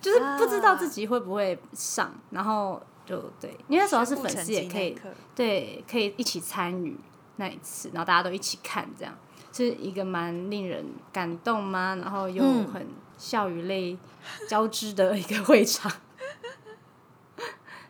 S2: 就是不知道自己会不会上，然后就对，因为那时候是粉丝也可
S3: 宣
S2: 以
S3: 布成绩那一 刻
S2: 对，可以一起参与那一次，然后大家都一起看，这样是一个蛮令人感动嘛，然后又
S1: 嗯
S2: 很笑与泪交织的一个会场。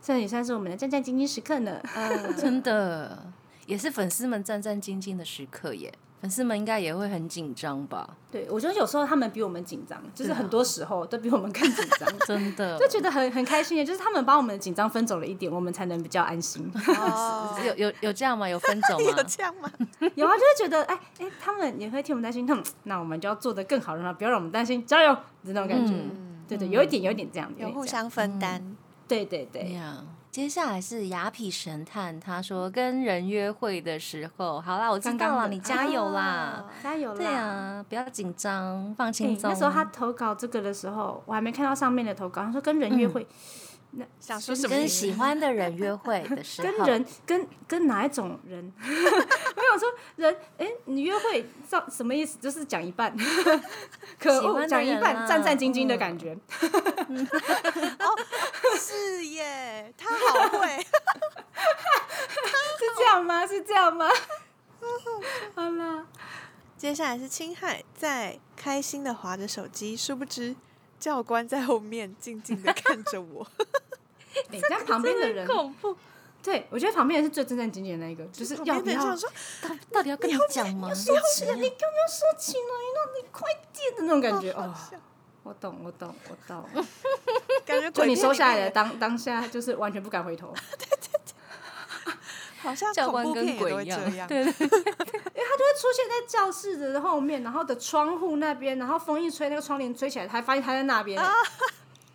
S2: 这也算是我们的战战兢兢时刻呢。
S3: 嗯
S1: 真的也是粉丝们战战兢兢的时刻耶。粉丝们应该也会很紧张吧？
S2: 对，我觉得有时候他们比我们紧张，
S1: 啊
S2: 就是很多时候都比我们更紧 张，
S1: 真的，
S2: 就觉得很很开心的，就是他们把我们的紧张分走了一点，我们才能比较安心。
S3: 哦
S1: 有有有这样吗？有分走吗
S3: 有？这样吗？
S2: 有啊，就会觉得哎哎，他们也会替我们担心，那嗯那我们就要做得更好，让他不要让我们担心，加油这种感觉。
S1: 嗯
S2: 对对，有一点有一点这样，有
S3: 有
S2: 一点
S3: 互
S2: 这样。嗯
S3: 相分担，
S2: 对对
S1: 对
S2: 对，
S1: 呀。接下来是雅痞神探，他说跟人约会的时候，好啦，我嗯知
S2: 刚
S1: 道
S2: 刚
S1: 了，
S2: 的啊
S1: 你加油啦，
S2: 加油啦！
S1: 对啊，不要紧张，放
S2: 哎
S1: 轻松。
S2: 那时候他投稿这个的时候，我还没看到上面的投稿，他说跟人约
S1: 嗯
S2: 会，
S3: 想说什么
S1: 跟
S3: 意
S1: 喜
S3: 思？
S1: 欢的人约会的时候，
S2: 跟人跟跟哪一种人？ 我想说人，哎、你约会照什么意思？就是讲一半， 可
S1: 喜欢的
S2: 恶，
S1: 人
S2: 讲一半，
S1: 啊
S2: 战战兢兢的感觉。
S3: 是耶，他好会，
S2: 是这样吗？是这样吗？ 好啦，
S3: 接下来是青海在开心的划着手机，殊不知教官在后面静静的看着我。
S2: 你 看旁边的人，
S1: 恐怖，
S2: 对我觉得旁边人是最战战兢兢的那一个， 就是要
S3: 旁
S2: 不
S3: 边的人
S2: 要
S3: 想说，
S1: 到到底要跟你讲吗？说怎样
S2: 刚刚说起来了，你快点的那种感觉哦。我懂，我懂，我 懂。
S3: 感觉
S2: 就
S3: 鬼
S2: 你
S3: 片
S2: 收
S3: 里
S2: 下
S3: 面
S2: 来的
S3: 也
S2: 当当下，就是完全不敢回头，因
S3: 好像
S1: 教
S3: 恐
S1: 官
S3: 怖
S1: 跟
S3: 片也都
S1: 鬼
S3: 会
S1: 一
S3: 这样
S1: 样，，对对，
S2: 为它就会出现在教室的后面，然后的窗户那边，然后风一吹，那个窗帘吹起来，还发现它在那边、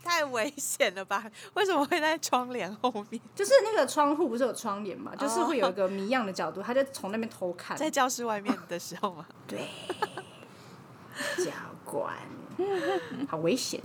S3: 太危险了吧？为什么会在窗帘后 面？
S2: 就是那个窗户不是有窗帘嘛，就是会有一个谜样的角度，它就从那边偷看。
S3: 在教室外面的时候吗？
S2: 对，教官，好危险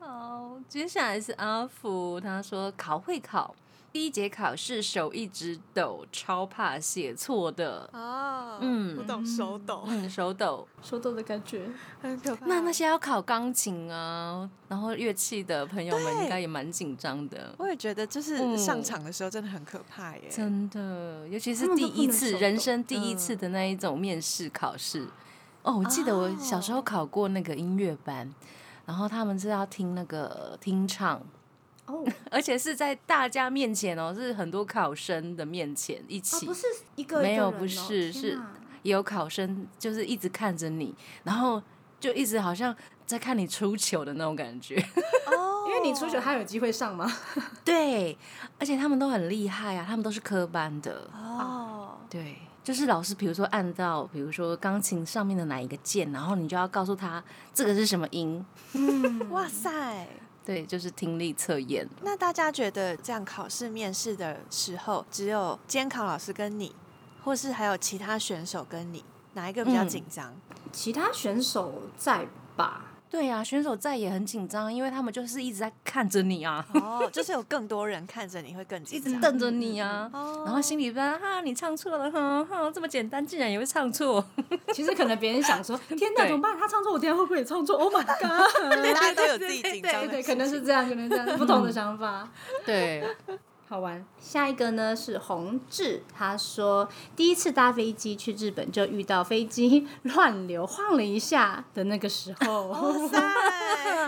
S2: 哦、
S1: 好，接下来是阿福，他说考会考，第一节考试手一直抖，超怕写错的，
S2: 啊
S3: 哦，
S1: 嗯
S3: 我懂手抖，
S1: 嗯，手抖。
S2: 说到的感觉，
S3: 很可
S2: 啊
S3: 怕。
S1: 那那些要考钢琴啊，然后乐器的朋友们
S3: 对
S1: 应该也蛮紧张的。
S3: 我也觉得，就是
S1: 嗯
S3: 上场的时候真的很可怕耶。
S1: 真的，尤其
S2: 他
S1: 是
S2: 们
S1: 第
S2: 都不
S1: 一
S2: 能
S1: 次
S2: 手
S1: 人
S2: 抖嗯
S1: 生第一次的那一种面试考试。哦，我记得我小时候
S3: 哦
S1: 考过那个音乐班，然后他们是要听那个呃听唱，
S2: 哦，
S1: 而且是在大家面前哦，是很多考生的面前一
S2: 啊
S1: 起，
S2: 不是一个一个
S1: 没有
S2: 人
S1: 不
S2: 哦
S1: 是
S2: 天
S1: 是
S2: 哪
S1: 也有考生就是一直看着你，然后就一直好像在看你出糗的那种感觉。
S3: 哦
S2: 因为你出去，他有机会上吗？
S1: 对，而且他们都很厉害啊，他们都是科班的。
S3: 哦，
S1: 对，就是老师，比如说按到，比如说钢琴上面的哪一个键，然后你就要告诉他这个是什么音。
S3: 哇塞！
S1: 对，就是听力测验。
S3: 那大家觉得这样考试面试的时候，只有监考老师跟你，或是还有其他选手跟你，哪一个比较
S1: 嗯
S3: 紧张？
S2: 其他选手在吧？
S1: 对呀、选手在也很紧张，因为他们就是一直在看着你啊，
S3: 哦，就是有更多人看着你会更
S1: 一
S3: 紧
S1: 直
S3: 张。
S1: 瞪着你啊，
S3: 哦
S1: 然后心里边哈、啊，你唱错了，哈、哈、这么简单竟然也会唱错，
S2: 其实可能别人想 说，天哪，
S1: 对
S2: 怎么办？他唱错，我等一下会不会也唱错？Oh my god！
S3: 大家都有自己紧张
S2: 对
S3: 的
S2: 对，可能是这样，可能是这样，不同的想法。
S1: 对，
S2: 嗯 好玩。下一个呢是洪志，他说第一次搭飞机去日本就遇到飞机乱流晃了一下的那个时 候，
S3: 塞，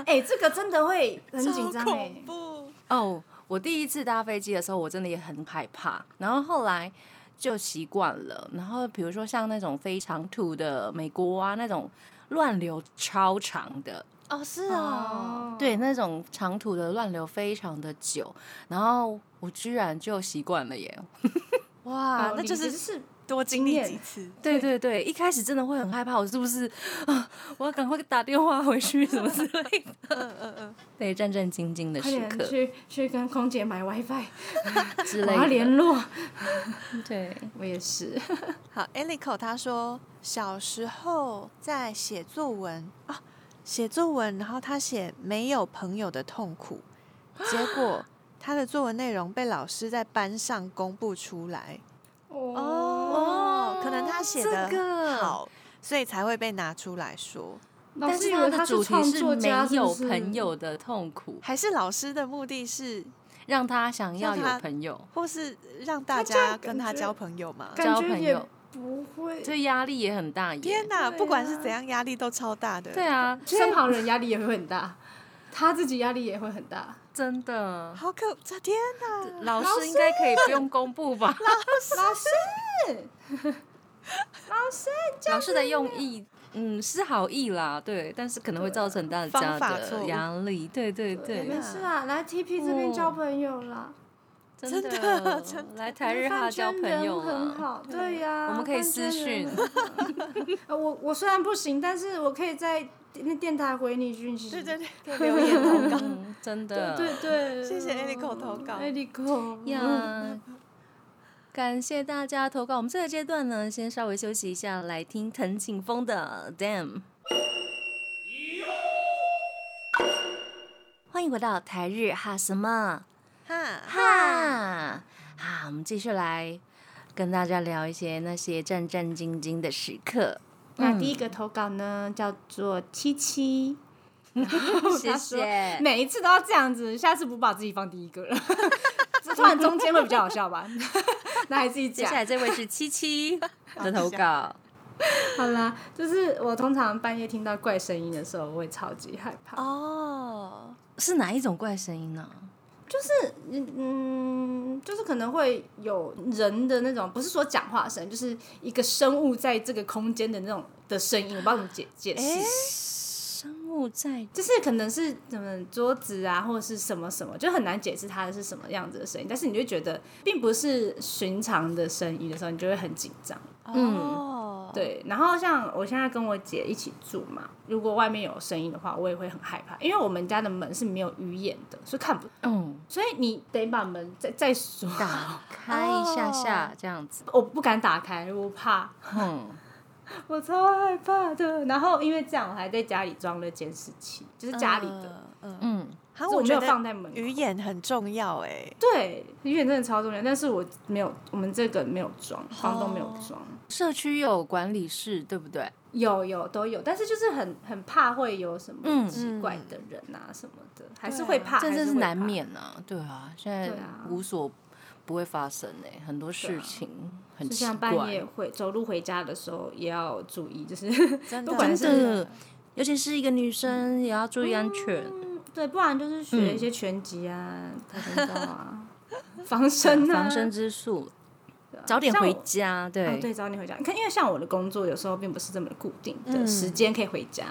S2: 哎、这个真的会很紧张
S3: 超
S2: 哎
S3: 恐。怖。
S1: 哦，我第一次搭飞机的时候，我真的也很害怕，然后后来就习惯了。然后比如说像那种非常途的美国啊，那种乱流超长的，
S3: 哦，是哦，
S2: 哦，
S1: 对，那种长途的乱流非常的久，然后我居然就习惯了耶。
S3: 哇，那
S2: 你
S3: 就
S2: 你
S3: 是
S2: 啊是
S3: 多经历
S2: 验
S3: 几次。
S1: 对对对，一开始真的会很害怕，我是不是啊？我要赶快打电话回去什么之类的。
S3: 嗯嗯嗯，
S1: 对，战战兢兢的
S2: 快
S1: 时
S2: 点
S1: 刻
S2: 去去跟空姐买 WiFi，
S1: 之
S2: 我
S1: 类
S2: 要
S1: 的。
S2: 联络。
S1: 对，
S2: 我也是，
S3: 好 e l i c o 他说小时候在写作文啊，写作文，然后他写没有朋友的痛苦，结果他的作文内容被老师在班上公布出来。哦，可能他写的
S1: 这个
S3: 好，所以才会被拿出来说，
S2: 老
S1: 但
S2: 师
S1: 是
S2: 以为
S1: 的
S2: 他
S1: 主题
S2: 创
S1: 是
S2: 作
S1: 没
S2: 家，是不
S1: 有
S2: 是
S1: 朋友的痛苦，
S3: 还是老师的目的是，
S1: 让他想要
S3: 让他
S1: 有朋友，
S3: 或是让大
S2: 他这样
S3: 家跟他
S2: 感觉
S3: 交朋友嘛？
S1: 交
S2: 感
S1: 朋
S2: 觉也
S1: 友
S2: 不会。
S1: 这压力也很大
S3: 天
S1: 耶。
S3: 哪，
S2: 对啊
S3: 不管是怎样，压力都超大的。
S1: 对，啊，
S2: 身旁人压力也会很大，他自己压力也会很大。
S1: 真的，
S3: 好可，这天哪，
S1: 老师应该可以不用公布吧？
S2: 老师，
S1: 老师的
S2: 啊
S1: 用意，嗯，是好意啦，对，但是可能会造成大
S2: 啊
S1: 家
S3: 方法错
S1: 的
S3: 误
S1: 压力，对对
S2: 对，没
S1: 对，
S2: 事啊，来 TP 这边交朋友啦。
S1: 真
S3: 真的
S1: 的
S3: 真
S1: 来台日哈
S2: 饭
S1: 交
S2: 圈
S1: 朋
S2: 人
S1: 友
S2: 很
S1: 啦。
S2: 好，对呀，
S1: 我们可以
S2: 饭
S1: 私
S2: 圈人
S1: 讯
S2: 很好。呃我我虽然不行，但是我可以在那电台回你讯息。
S3: 对对对，可以留言投稿。
S1: 嗯，真的，
S2: 对对，
S3: 谢谢 Erico 投稿
S2: Erico
S1: 呀。哦感谢大家投稿。我们这个阶段呢，先稍微休息一下，来听藤井风的《Damn》。欢迎回到台日哈什么
S3: 哈，
S1: 哈哈，我们继续来跟大家聊一些那些战战兢兢的时刻。
S2: 那第一个投稿呢，叫做七七。
S1: 谢
S2: 他说
S1: 谢。
S2: 每一次都要这样子，下次不把自己放第一个了。 突然中间会比较好笑吧？ 那还自己
S1: 接
S2: 讲
S1: 下。来这位是七七的投稿，
S2: 好啦，就是我通常半夜听到怪声音的时候，我会超级害怕。
S3: 哦，
S1: 是哪一种怪声音呢？
S2: 就是嗯，就是可能会有人的那种，不是说讲话声，就是一个生物在这个空间的那种的声音，我不知道怎么解解释。
S1: 生物在
S2: 就是可能是怎么桌子啊，或者是什么什么，就很难解释它是什么样子的声音。但是你就觉得并不是寻常的声音的时候，你就会很紧张。
S3: 哦，，
S2: 对，然后像我现在跟我姐一起住嘛，如果外面有声音的话，我也会很害怕，因为我们家的门是没有鱼眼的，所以看不，
S1: 嗯
S2: 所以你得把门再再锁，
S1: 打开一下下这样子，
S2: 我不敢打开，我怕，
S1: 嗯，
S2: 我超害怕的。然后因为这样，我还在家里装了监视器，就是家里的，，
S3: 嗯，
S1: 嗯，
S3: 好，
S2: 就
S3: 我
S2: 我没
S3: 觉
S2: 有
S3: 得
S2: 放在门口。
S3: 语言很重要哎，
S2: 对，鱼眼真的超重要，但是我没有，我们这个没有装，房东没有
S3: 哦
S2: 装。
S1: 社区有管理室，对不对？
S2: 有有都有，但是就是很很怕会有什
S1: 嗯啊
S2: 么奇怪的人啊什么的，还是会怕，
S1: 这
S2: 还
S1: 真
S2: 是
S1: 是
S2: 会
S1: 难
S2: 怕。
S1: 免啊，对啊，现在
S2: 对啊
S1: 无所不会发生哎、很多事情很
S2: 就
S1: 奇
S2: 像半夜
S1: 怪，
S2: 回走路回家的时候也要注意，就是
S3: 真的，
S2: 不管
S1: 真
S2: 是
S1: 的尤其是一个女生也要注意安全，
S2: 对，不然就是
S1: 嗯
S2: 学一些拳击啊、跆拳道啊、 防身啊、
S1: 防身之术，
S2: 对啊
S1: 嗯早点
S2: 像
S1: 回
S2: 我
S1: 家，
S2: 哦
S1: 对，
S2: 对，早点回家。你看，因为像我的工作有时候并不是这么固定
S1: 嗯
S2: 的时间可以回家。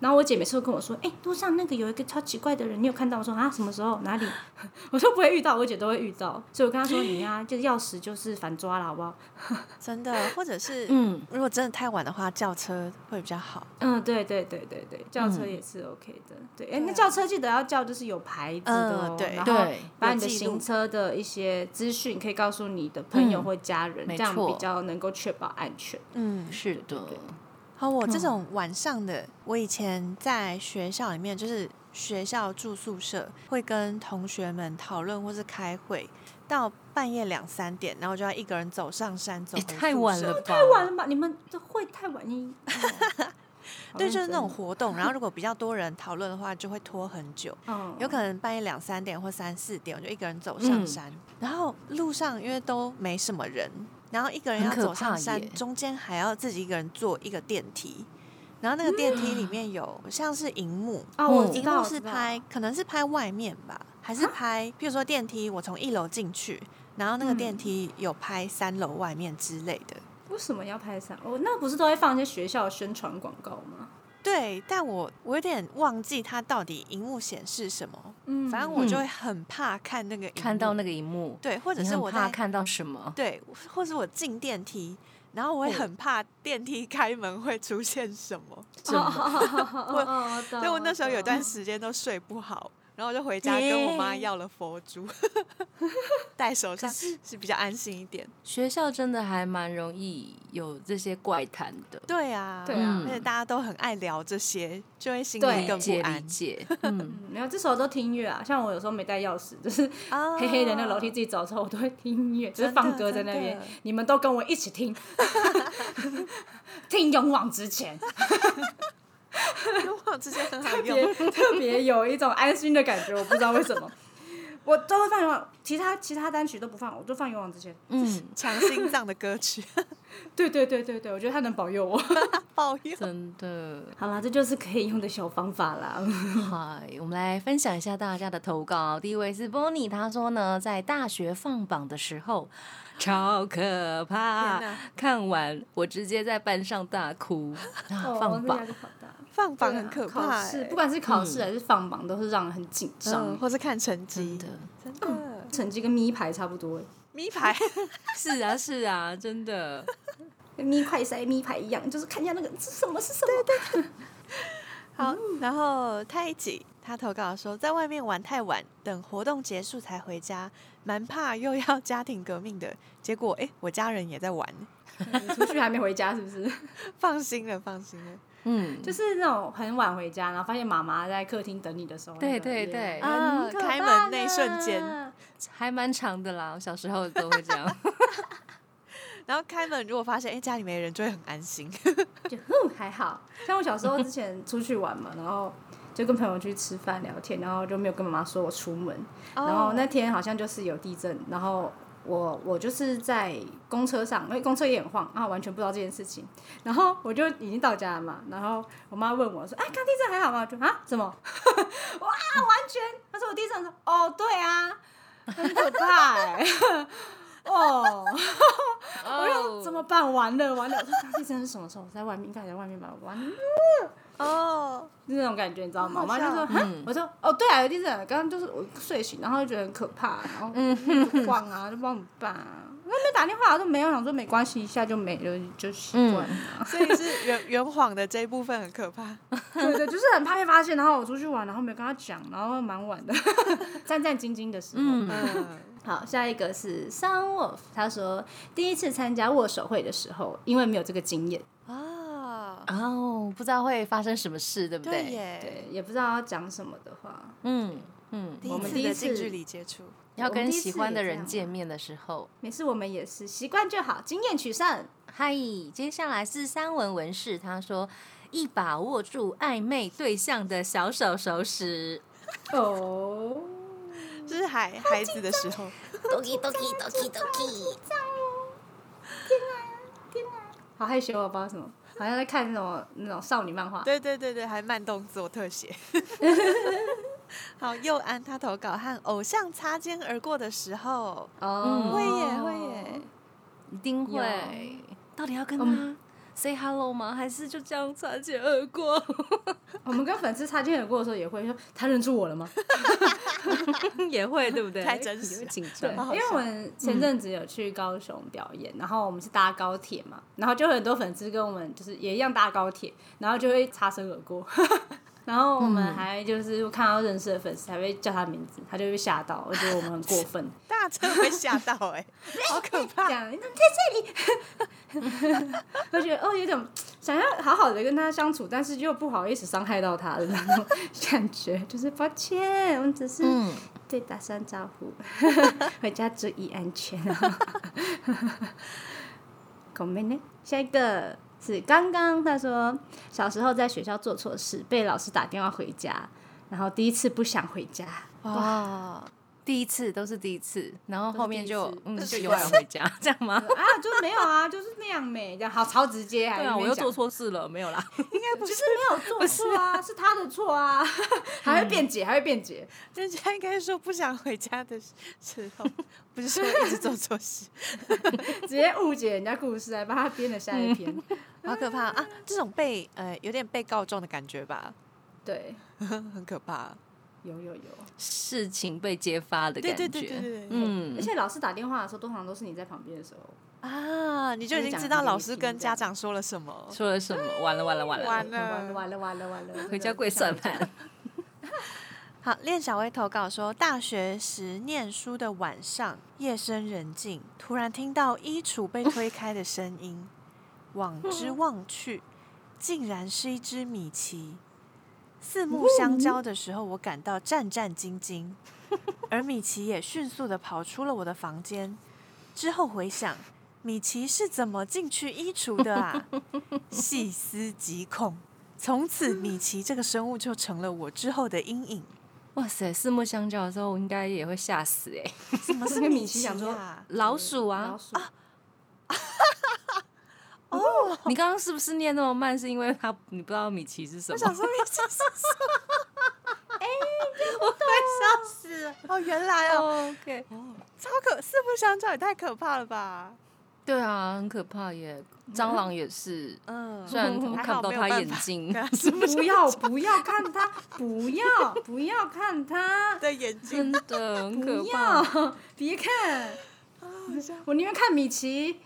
S2: 然后我姐每次都跟我说：“哎、路上那个有一个超奇怪的人，你有看到？”我说：“啊，什么时候？哪里？” 我说：“不会遇到，我姐都会遇到。”所以我跟她说：“你呀、就钥匙就是反抓了，好不好
S3: 真的，或者是
S1: 嗯，
S3: 如果真的太晚的话，叫车会比较好。？”
S2: 嗯，对对对对对，叫车也是 OK 的。对，哎、那
S3: 啊
S2: 叫车记得要叫就是有牌子的哦，
S3: 嗯对
S2: 然后
S1: 对，
S2: 把你的
S3: 有记录
S2: 行车的一些资讯可以告诉你的朋友
S1: 嗯
S2: 或家人，
S1: 没
S2: 这样
S1: 错
S2: 比较能够确保安全。
S3: 嗯，
S1: 是的，哎
S3: 好，我这种晚上的，我以前在学校里面，就是学校住宿舍，会跟同学们讨论或是开会，到半夜两三点，然后就要一个人走上山，走
S1: 也
S3: 回
S1: 太
S3: 宿
S1: 晚
S3: 舍
S1: 了。吧，
S2: 太晚了吧？你们这会太晚你。哦好
S3: 对，
S2: 认
S3: 就是那
S2: 真
S3: 种活动，然后如果比较多人讨论的话，就会拖很久。
S2: 嗯，
S3: 有可能半夜两三点或三四点，我就一个人走上
S1: 嗯
S3: 山，然后路上因为都没什么人，然后一个人
S1: 很
S3: 要
S1: 可
S3: 走
S1: 怕
S3: 上
S1: 耶
S3: 山，中间还要自己一个人坐一个电梯，然后那个电梯里面有像是荧幕，
S2: 哦，
S1: 嗯
S2: 嗯我知
S3: 荧
S2: 道
S3: 幕是拍，可能是拍外面吧，还是拍，譬如说电梯，我从一楼进去，然后那个
S2: 嗯
S3: 电梯有拍三楼外面之类的。
S2: 为什么要拍伞？哦，那不是都会放一些学校的宣传广告吗？
S3: 对，但我我有点忘记它到底荧幕显示什么，
S2: 嗯
S3: 反正我就
S1: 嗯
S3: 会很怕看那个荧幕，
S1: 看到那个一幕，
S3: 对，或者
S1: 你
S3: 是
S1: 很
S3: 我
S1: 怕
S3: 在
S1: 看到什么？
S3: 对，或是我进电梯，然后我也
S1: 嗯
S3: 很怕电梯开门会出现什么，
S1: 什么
S2: 嗯我
S1: 哦
S3: 所以我那时候有段时间都睡不好，然后我就回家跟我妈要了佛珠， 戴手上是比较安心一点。
S1: 学校真的还蛮容易有这些怪谈的，
S3: 对啊，
S2: 对啊
S3: 而且大家都很爱聊这些，就会心
S2: 对
S3: 里更
S1: 理
S3: 不
S1: 解理
S3: 安
S1: 解，嗯，
S2: 嗯没有，这时候都听音乐啊。像我有时候没带钥匙， 就是
S3: 啊
S2: 黑黑的那个楼梯自己走的时候，我都会听音乐，就是放歌在那
S3: 真
S2: 边
S3: 的真的，
S2: 你们都跟我一起听，听勇往 直前，
S3: 哇，这些很好
S2: 特
S3: 用
S2: 别。特别有一种安心的感觉，我不知道为什么。 我都会放勇往，其他其他单曲都不放，我就放勇往直前。
S1: 嗯，
S3: 强心脏的歌曲，
S2: 对对对对对，我觉得他能保佑我。
S3: 抱怨
S1: 真的。
S2: 好啦，这就是可以用的小方法啦。
S1: 嗨，我们来分享一下大家的投稿。第一位是 Bonnie，她说呢，在大学放榜的时候，超可怕
S3: 天哪，
S1: 看完我直接在班上大哭。 啊
S2: 哦，
S1: 放
S2: 那压
S1: 榜
S2: 力好大。
S3: 放榜
S2: 对啊
S3: 很可
S2: 考
S3: 怕、
S2: 试
S3: 欸，
S2: 不管是考试还是放榜，都是让人很紧张
S3: 嗯，。或是看成绩
S1: 真，的嗯
S3: 真的
S2: 成绩跟咪牌差不多欸，
S3: 咪 牌
S1: 是啊是啊，真的。
S2: 跟咪快塞咪牌一样，就是看一下那个是什么是什么。
S3: 好。然后太极他投稿说，在外面玩太晚，等活动结束才回家，蛮怕又要家庭革命的。结果哎、我家人也在玩，
S2: 你 出去还没回家是不是？
S3: 放心了，放心了。
S1: 嗯，
S2: 就是那种很晚回家，然后发现妈妈在客厅等你的时候。
S1: 对
S2: 那个
S1: 对
S2: 也
S1: 对
S2: 很
S3: 啊
S2: 可怕
S3: 开门那
S2: 呢
S3: 一瞬间
S1: 还蛮长的啦，我小时候都会这样。
S3: 然后开门，如果发现哎、家里没人，就会很安心。
S2: 就哼还好。像我小时候之前出去玩嘛，然后就跟朋友去吃饭聊天，然后就没有跟妈妈说我出门。然后那天好像就是有地震，然后我我就是在公车上，因为公车也很晃，然啊后完全不知道这件事情。然后我就已经到家了嘛，然后我妈问我说：“哎，刚地震还好吗？”我就啊，怎么？ 哇，完全！她说我地震，我说哦，对啊，很可怕哎、 哦，我
S1: 哦
S2: 说怎么办？完了完了！我说刚地震是什么时候？我在外面，应该在外面吧？完了。
S3: 哦，
S2: 那种感觉，你知道吗？
S3: 好
S2: 我妈就说：“
S3: 笑
S2: 哈，我说哦，对啊，有地震，刚刚就是我睡醒，然后就觉得很可怕，然后就晃啊，就不知道怎么办啊。”我也没打电话，我说没有，想说没关系，一下就没了，就习惯了。
S3: 所以是圆圆谎的这一部分很可怕。
S2: 对对，就是很怕被发现。然后我出去玩，然后没跟他讲，然后蛮晚的， 战战兢兢的时 候。
S3: 嗯，
S2: 好，下一个是 Sun Wolf，他说第一次参加握手会的时候，因为没有这个经验，
S3: 嗯啊，
S1: 哦，不知道会发生什么事，对不
S3: 对
S1: 对？
S3: 耶，
S2: 对，也不知道要讲什么的话，
S1: 嗯嗯，
S3: 第
S2: 我
S3: 一
S2: 们
S3: 次
S2: 第一
S3: 的
S2: 次
S3: 近距离接触，
S1: 要
S2: 我们
S1: 跟
S2: 第一
S1: 喜
S2: 次
S1: 欢
S2: 也
S1: 的
S2: 这
S1: 人
S2: 样
S1: 见面的时候，
S2: 没事，我们也是习惯就好，经验取胜。
S1: 嗨，接下来是三文文士，他说一把握住暧昧对象的小手手指，
S2: 哦，
S3: 就是孩孩子的时候，
S4: doki doki doki doki，
S2: 好害羞啊，不知道什么，好像在看那种那种少女漫画。
S3: 对对对对，还慢动作特 写。好，佑安他投稿和偶像擦肩而过的时候，
S2: 哦
S3: 嗯会耶会耶，
S1: 一定会
S2: 有。
S1: 到底要跟他嗯 say hello 吗？还是就这样擦肩而过？
S2: 我们跟粉丝擦肩而过的时候也会说，他认出我了吗？
S1: 也会，对不对？
S3: 太真实了
S1: 也会紧
S2: 对，
S1: 张。
S3: 好好
S2: 因为我们前阵子有去高雄表演，然后我们是搭高铁嘛，然后就很多粉丝跟我们就是也一样搭高铁，然后就会擦身而过。 然后我们还就是看到认识的粉丝，还会叫他名字，他就会吓到，我觉得我们很过分。
S3: 大家真的会吓到 哎、好可
S2: 这
S3: 怕。
S2: 样，你怎么在这里？ 我觉得哦，有点想要好好的跟他相处，但是又不好意思伤害到他的那种感觉，就是抱歉，我们只是
S1: 嗯，
S2: 对打声招呼， 回家注意安全。 狗妹呢？下一个是刚刚他说，小时候在学校做错事，被老师打电话回家，然后第一次不想回家。
S3: 哇，
S1: 第一次都是第一次，然后后面就嗯
S3: 都是第一次
S1: 就永远回家， 这样 吗？
S2: 啊，就没有啊，就是那样没，这样好超直接啊！
S1: 对
S2: 一
S1: 啊，
S2: 边
S1: 我又
S2: 讲
S1: 做错事了，没有啦。
S2: 就是没有做错啊，是他的错啊， 还会辩解，还会辩解。
S3: 人家应该说不想回家的时 候，不是说一直做错事，
S2: 直接误解人家故事，还帮他编了下一篇。
S3: 好可怕 啊！这种被呃有点被告状的感觉吧，
S2: 对，
S3: 嗯很可怕。
S2: 有有有，
S1: 事情被揭发的
S3: 对
S1: 感
S3: 对
S1: 觉，
S3: 对对对对
S2: 而
S1: 嗯，
S2: 且老师打电话的时候，通常都是你在旁边的时候，
S3: 啊，你就已经知道老师跟家长说了什 么。
S1: 说了什么？完了完了完了，
S3: 完
S2: 完
S3: 了
S2: 了完了完了完了，
S1: 回家跪算
S2: 盘。
S1: 盘。
S3: 好，练小薇投稿说，大学时念书的晚上，夜深人静，突然听到衣橱被推开的声音，往之望去，竟然是一只米奇。四目相交的时候，我感到战战兢兢，而米奇也迅速的跑出了我的房间。之后回想，米奇是怎么进去衣橱的啊？细思极恐。从此，米奇这个生物就成了我之后的阴影。
S1: 哇塞，四目相交的时候，我应该也会吓死 哎、
S3: 什么是
S2: 那个米
S3: 米奇
S2: 奇 想说
S3: 啊？
S1: 老鼠啊
S2: 老，鼠啊，哦
S1: 你刚刚是不是念那么慢？是因为他你不知道米奇是什
S3: 我
S1: 么？
S3: 想说米奇是什么？ 哎、我快笑死了！哦，原来哦，
S1: 哦 OK，
S3: 超可四不相交也太可怕了吧？
S1: 对啊，很可怕耶。蟑螂也是，
S3: 嗯，
S1: 虽然我
S3: 还
S1: 看
S3: 好
S1: 不到
S3: 没有
S1: 他
S3: 办
S1: 眼
S3: 法
S1: 睛
S3: 对，啊是不是
S2: 不要不要看它，不要不要看它，
S3: 的眼 睛？
S1: 真 的很可
S2: 嗯不
S1: 怕，
S2: 要别看，我宁愿看米奇，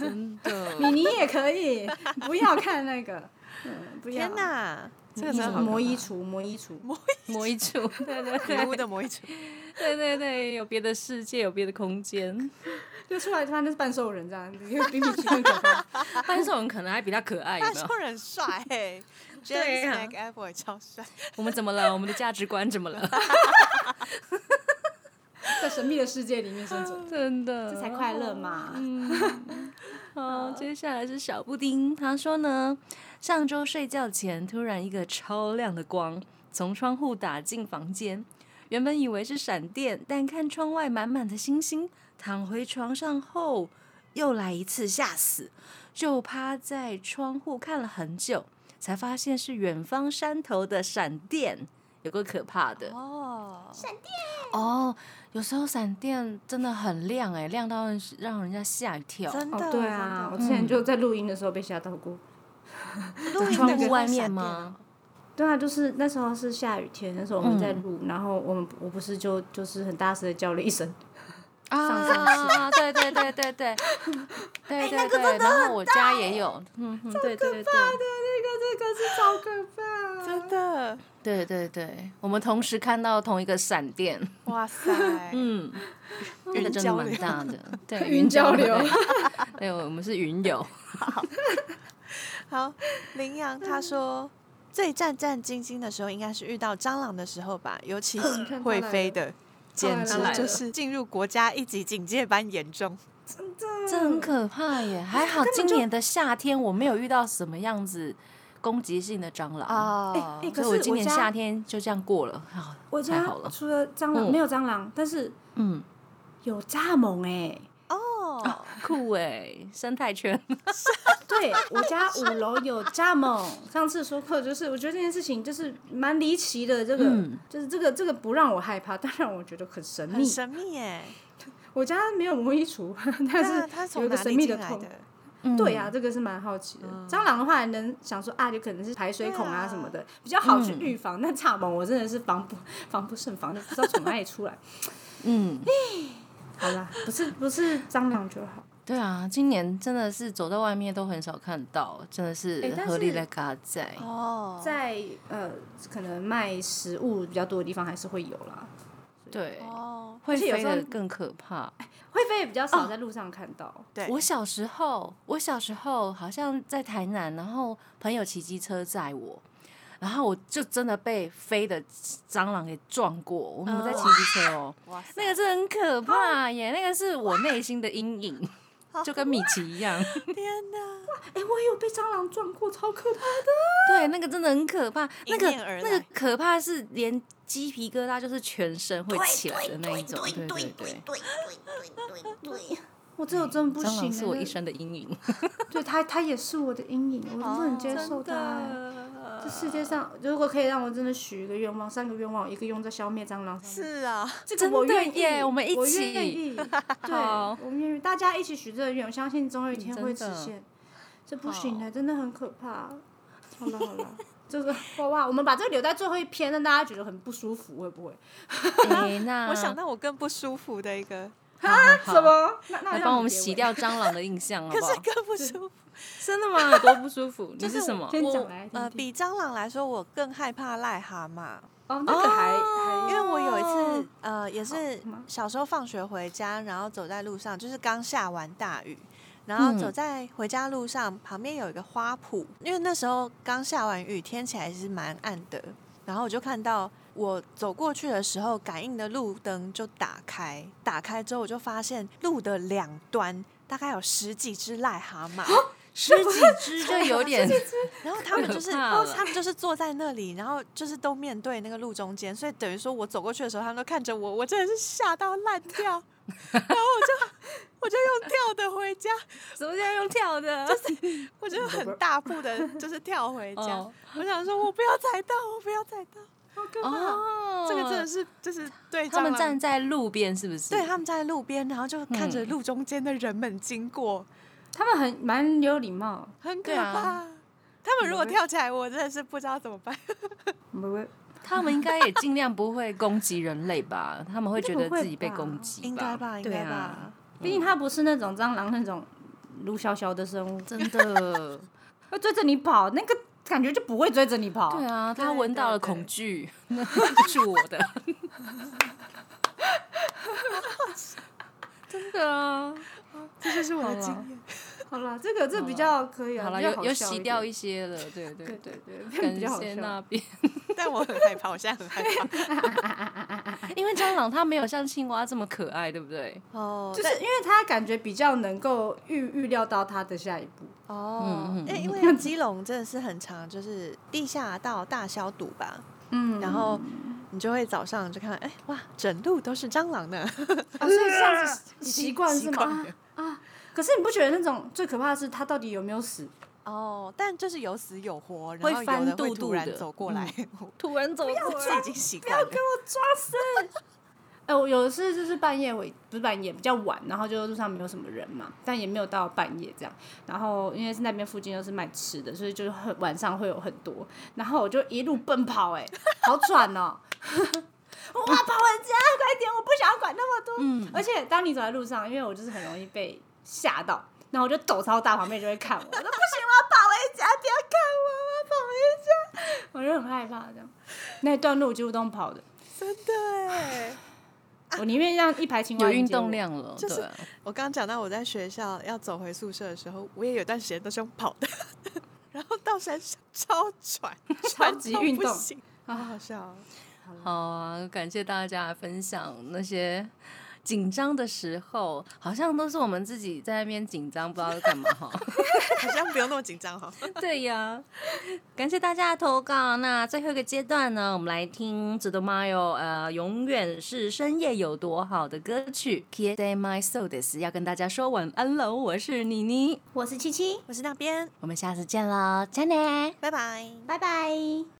S1: 真
S2: 米
S1: 的。
S2: 妮也可以，不要看那个，嗯，不要。
S3: 天哪，这个真
S2: 衣
S3: 的
S2: 橱
S3: 好啊可
S2: 磨衣
S3: 怕
S2: 橱，磨衣橱，
S1: 魔一 处，对对
S3: 女
S1: 对
S3: 巫的魔 衣橱，
S1: 对对对，有别的世界，有别的空间。
S2: 就出来他那是半兽人这样，比米奇更可怕。
S1: 半兽人可能还比他可爱，有
S3: 大
S1: 没
S2: 啊
S3: 兽
S1: 有？
S3: 人帅、 欸、
S1: 啊对
S3: ，James
S1: 啊
S3: m c a v o y 超 帅，
S1: 我们怎么了？我们的价值观怎么了？
S2: 啊在神秘的世界里面生存， 嗯
S1: 真的，
S2: 这才快乐嘛！
S1: 好，接下来是小布丁，他说呢，上周睡觉前突然一个超亮的光从窗户打进房间，原本以为是闪电，但看窗外满满的星星，躺回床上后又来一次吓死，就趴在窗户看了很久，才发现是远方山头的闪电。有个可怕的
S3: 哦，
S1: 哦，有时候闪电真的很亮哎、亮到让让人家吓一跳。
S3: 真的，
S2: 哦，对啊，我
S3: 真
S2: 之
S3: 的
S2: 前就在录音的时候被吓到过。
S3: 录音
S1: 窗
S3: 的时
S1: 户
S3: 候
S1: 外
S3: 闪
S1: 面
S3: 电
S1: 吗
S3: 哦？
S2: 对啊，就是那时候是下雨天，那时候我们在录，然后我们我不是就就是很大声的叫了一声，上上
S1: 啊，对对对对对，
S2: 哎
S1: 对对对，然后我家也有，嗯哼，对对对对，
S2: 那个是超可怕。
S3: 真的，
S1: 对对对，我们同时看到同一个闪电，
S3: 哇塞，
S1: 嗯，那个真的蛮大 的，对，
S2: 云交流，
S1: 对，我们是云友，
S3: 好，羚
S2: 嗯
S3: 羊他说。最战战兢兢的时候，应该是遇到蟑螂的时候吧，尤其是
S2: 嗯看它
S3: 会
S2: 来
S3: 飞
S2: 了
S3: 的，简直
S1: 它来了
S3: 就是进入国家一级警戒班严重。
S2: 嗯
S1: 这很可怕
S2: 哎
S1: 耶。还好今年的夏天我没有遇到什么样子攻击性的蟑螂，
S3: 哦
S2: 哎，可
S1: 所以我
S2: 是
S1: 今
S2: 我
S1: 年
S2: 家
S1: 夏天就这样过了，好，
S2: 我
S1: 太
S2: 家
S1: 好了，
S2: 除了蟑螂
S1: 嗯
S2: 没有蟑螂，但是
S1: 嗯，
S2: 有蚱蜢哎。
S3: 哦，
S1: 酷哎，生态圈，
S2: 对我家五楼有蚱 蜢，上次说过，就是我觉得这件事情就是蛮离奇的，这个、
S1: 嗯
S2: 就是这个这个不让我害怕，但让我觉得很神秘
S3: 很。神秘 耶。
S2: 我家没有魔衣橱， 但
S3: 对啊
S2: 是
S3: 它
S2: 有
S3: 从
S2: 一个
S3: 哪
S2: 神
S3: 里
S2: 秘
S3: 进来
S2: 桶。
S3: 的？
S2: 嗯
S3: 嗯
S1: 嗯
S2: 对呀、这个是蛮好奇的。蟑螂的话，还能想说啊，有可能是排水孔啊
S3: 对啊
S2: 什么的，比较好去
S1: 嗯
S2: 预防。但蚱蜢我真的是防不防不胜防，就不知道从哪里出来。
S1: 嗯。
S2: 好啦，不是不是蟑螂就好。
S1: 对啊，今年真的是走到外面都很少看到，真的是
S2: 诶但是
S1: 合力来嘎仔。
S3: 哦，
S2: 在呃，可能卖食物比较多的地方还是会有啦，
S1: 对，
S3: 哦，
S1: 会
S2: 而且有
S1: 飞
S2: 时候
S1: 的更可怕。
S2: 会飞也比较
S1: 哦
S2: 少在路上看到。
S3: 对，
S1: 我小时候，我小时候好像在台南，然后朋友骑机车载我，然后我就真的被飞的蟑螂给撞过。我们在骑机车哦，
S3: 哇塞，
S1: 那个真的很可怕耶，那个是我内心的阴影，就跟米奇一样。
S3: 天哪，
S2: 哎、我也有被蟑螂撞过，超可怕的。
S1: 对，那个真的很可怕，那个
S3: 迎面而来
S1: 那个可怕是连鸡皮疙瘩就是全身会起来的那一种，对对对。
S2: 我这我真的不
S1: 蟑
S2: 行、啊
S1: 螂是我
S2: 那
S1: 一生的阴 影，
S2: 对它，它也是我的阴影，我不
S1: 哦
S2: 能接受它、哎这世界上，如果可以让我真的许一个愿望，三个愿望，一个用在消灭蟑螂 上面，
S3: 是啊，
S2: 这个我
S1: 真的
S2: 愿意
S1: 耶我们一
S2: 我
S1: 起
S2: 愿意，对，
S1: 好嗯
S2: 我们愿意，大家一起许这个愿，我相信总有一天
S1: 真
S2: 会实
S1: 的
S2: 现。这不行的，真的很可怕。好了好 了，这个哇哇，我们把这个留在最后一篇，让大家觉得很不舒服，会不会？
S1: 哎那
S2: 嗯
S3: 我想到我更不舒服的一个，
S1: 啊
S2: 什？么？那那
S1: 来
S2: 让
S1: 帮我
S2: 你
S1: 们
S2: 结
S1: 洗
S2: 尾
S1: 掉蟑螂的印象，好
S3: 可
S1: 不好
S3: 是？更不舒服。
S1: 真 的吗？有多不舒服？你是什么？
S2: 先
S3: 我
S2: 讲来听
S3: 呃，
S2: 听。
S3: 比蟑螂来说，我更害怕癞蛤蟆。
S2: 哦，那个还、
S3: 因
S2: 还
S3: 为我有一
S1: 哦
S3: 次，呃，也是
S2: 好吗
S3: 小时候放学回家，然后走在路上，就是刚下完大雨，然后走
S1: 嗯
S3: 在回家路上，旁边有一个花圃，因为那时候刚下完雨，天气还是蛮暗的，然后我就看到我走过去的时候，感应的路灯就打开，打开之后我就发现路的两端大概有十几只癞蛤 蟆，
S1: 十几只 就有点
S3: 然后他们就是，
S1: 可怕
S3: 哦
S1: 了
S3: 他们就是坐在那里，然后就是都面对那个路中间，所以等于说我走过去的时候，他们都看着我，我真的是吓到烂 掉，然后我就我就用跳的回家，
S1: 什么叫用跳的？
S3: 我就很大步的，就是跳回家，
S1: 哦
S3: 我想说我不要踩到，我不要踩到，好可怕，
S1: 哦
S3: 这个真的是就是对
S1: 他们
S3: 蟑螂
S1: 站在路边是不是？
S3: 对，他们站在路边，然后就看着
S1: 嗯
S3: 路中间的人们经过，
S2: 他们很蛮有礼貌，
S3: 很可
S1: 对啊
S3: 怕。他们如果跳起来，我真的是不知道怎么办。
S2: 不会
S1: 他们应该也尽量不会攻击人类吧？他们会觉得自己被攻击，
S3: 应该？吧，应
S1: 对
S3: 该吧。
S1: 啊
S2: 毕竟它不是那种蟑螂那种卢小小的生物，
S1: 真的，
S2: 会追着你跑，那个感觉就不会追着你跑。
S1: 对啊，
S3: 对
S1: 他闻到了
S3: 对对
S1: 恐惧， 那不是我的，真的啊。
S3: 这就是我
S2: 好
S3: 的
S2: 了
S3: 经验。
S2: 好了，这个这比较可以啊，
S1: 好了，
S2: 比较
S1: 有有
S2: 笑
S1: 洗
S2: 一
S1: 掉
S2: 点
S1: 一些了，对对
S2: 对
S1: 对
S2: 对对，比较
S1: 感
S2: 好
S1: 谢
S2: 笑
S1: 那。边，
S3: 但我很害怕，我现在很害怕。
S1: 因为蟑螂它没有像青蛙这么可爱，对不对？
S3: 哦
S2: 就是因为他感觉比较能够预预料到他的下一步，
S3: 哦
S1: 嗯嗯，
S3: 哎，因为基隆真的是很长，就是地下道大消毒吧，
S2: 嗯
S3: 然后你就会早上就看，哎哇，整路都是蟑螂 呢。
S2: 啊，所以这样子 习惯
S3: 习
S2: 是吗？
S3: 惯
S2: 啊
S3: 了
S2: 啊！可是你不觉得那种最可怕的是他到底有没有死？
S3: 哦，但就是有死有活，然
S1: 会
S3: 后有
S1: 翻
S3: 的会
S1: 肚
S3: 突
S1: 肚
S3: 然
S1: 的嗯
S3: 走过来，我
S1: 突然走
S3: 我自己已经习惯了。
S2: 哎、我有一次就是半夜尾，不是半夜，比较晚，然后就路上没有什么人嘛，但也没有到半夜这样。然后因为是那边附近都是卖吃的，所以就是很晚上会有很多。然后我就一路奔跑、哎，好喘哦、我哇，跑回家，快点！我不想要管那么多。
S1: 嗯
S2: 而且当你走在路上，因为我就是很容易被吓到，然后我就抖超大，旁边就会看我，我说不行，我要跑回家，不要看我，我要跑回家，我就很害怕这样。那一段路我几乎都用跑的，
S3: 对，
S2: 我宁愿让一排青蛙
S1: 有
S2: 迎
S1: 运
S2: 接我
S1: 动。量了，
S3: 就是
S1: 对啊。
S3: 我刚刚讲到我在学校要走回宿舍的时候，我也有段时间都是用跑的， 然后到山上超喘，
S2: 超级
S3: 喘到
S2: 运
S3: 不
S2: 动
S3: 行，好好笑哦。
S1: 好啊，感谢大家分享那些紧张的时候，好像都是我们自己在那边紧张，不知道在干嘛哈。
S3: 好像不用那么紧张哈。
S1: 对呀，感谢大家的投稿。那最后一个阶段呢，我们来听《值得 m i 呃，永远是深夜有多好的歌曲《k i s s My Soul》的要跟大家说晚安喽。我是妮妮，
S2: 我是七七，
S3: 我是那边，
S1: 我们下次见喽，再见。
S3: 拜拜。
S2: 拜拜。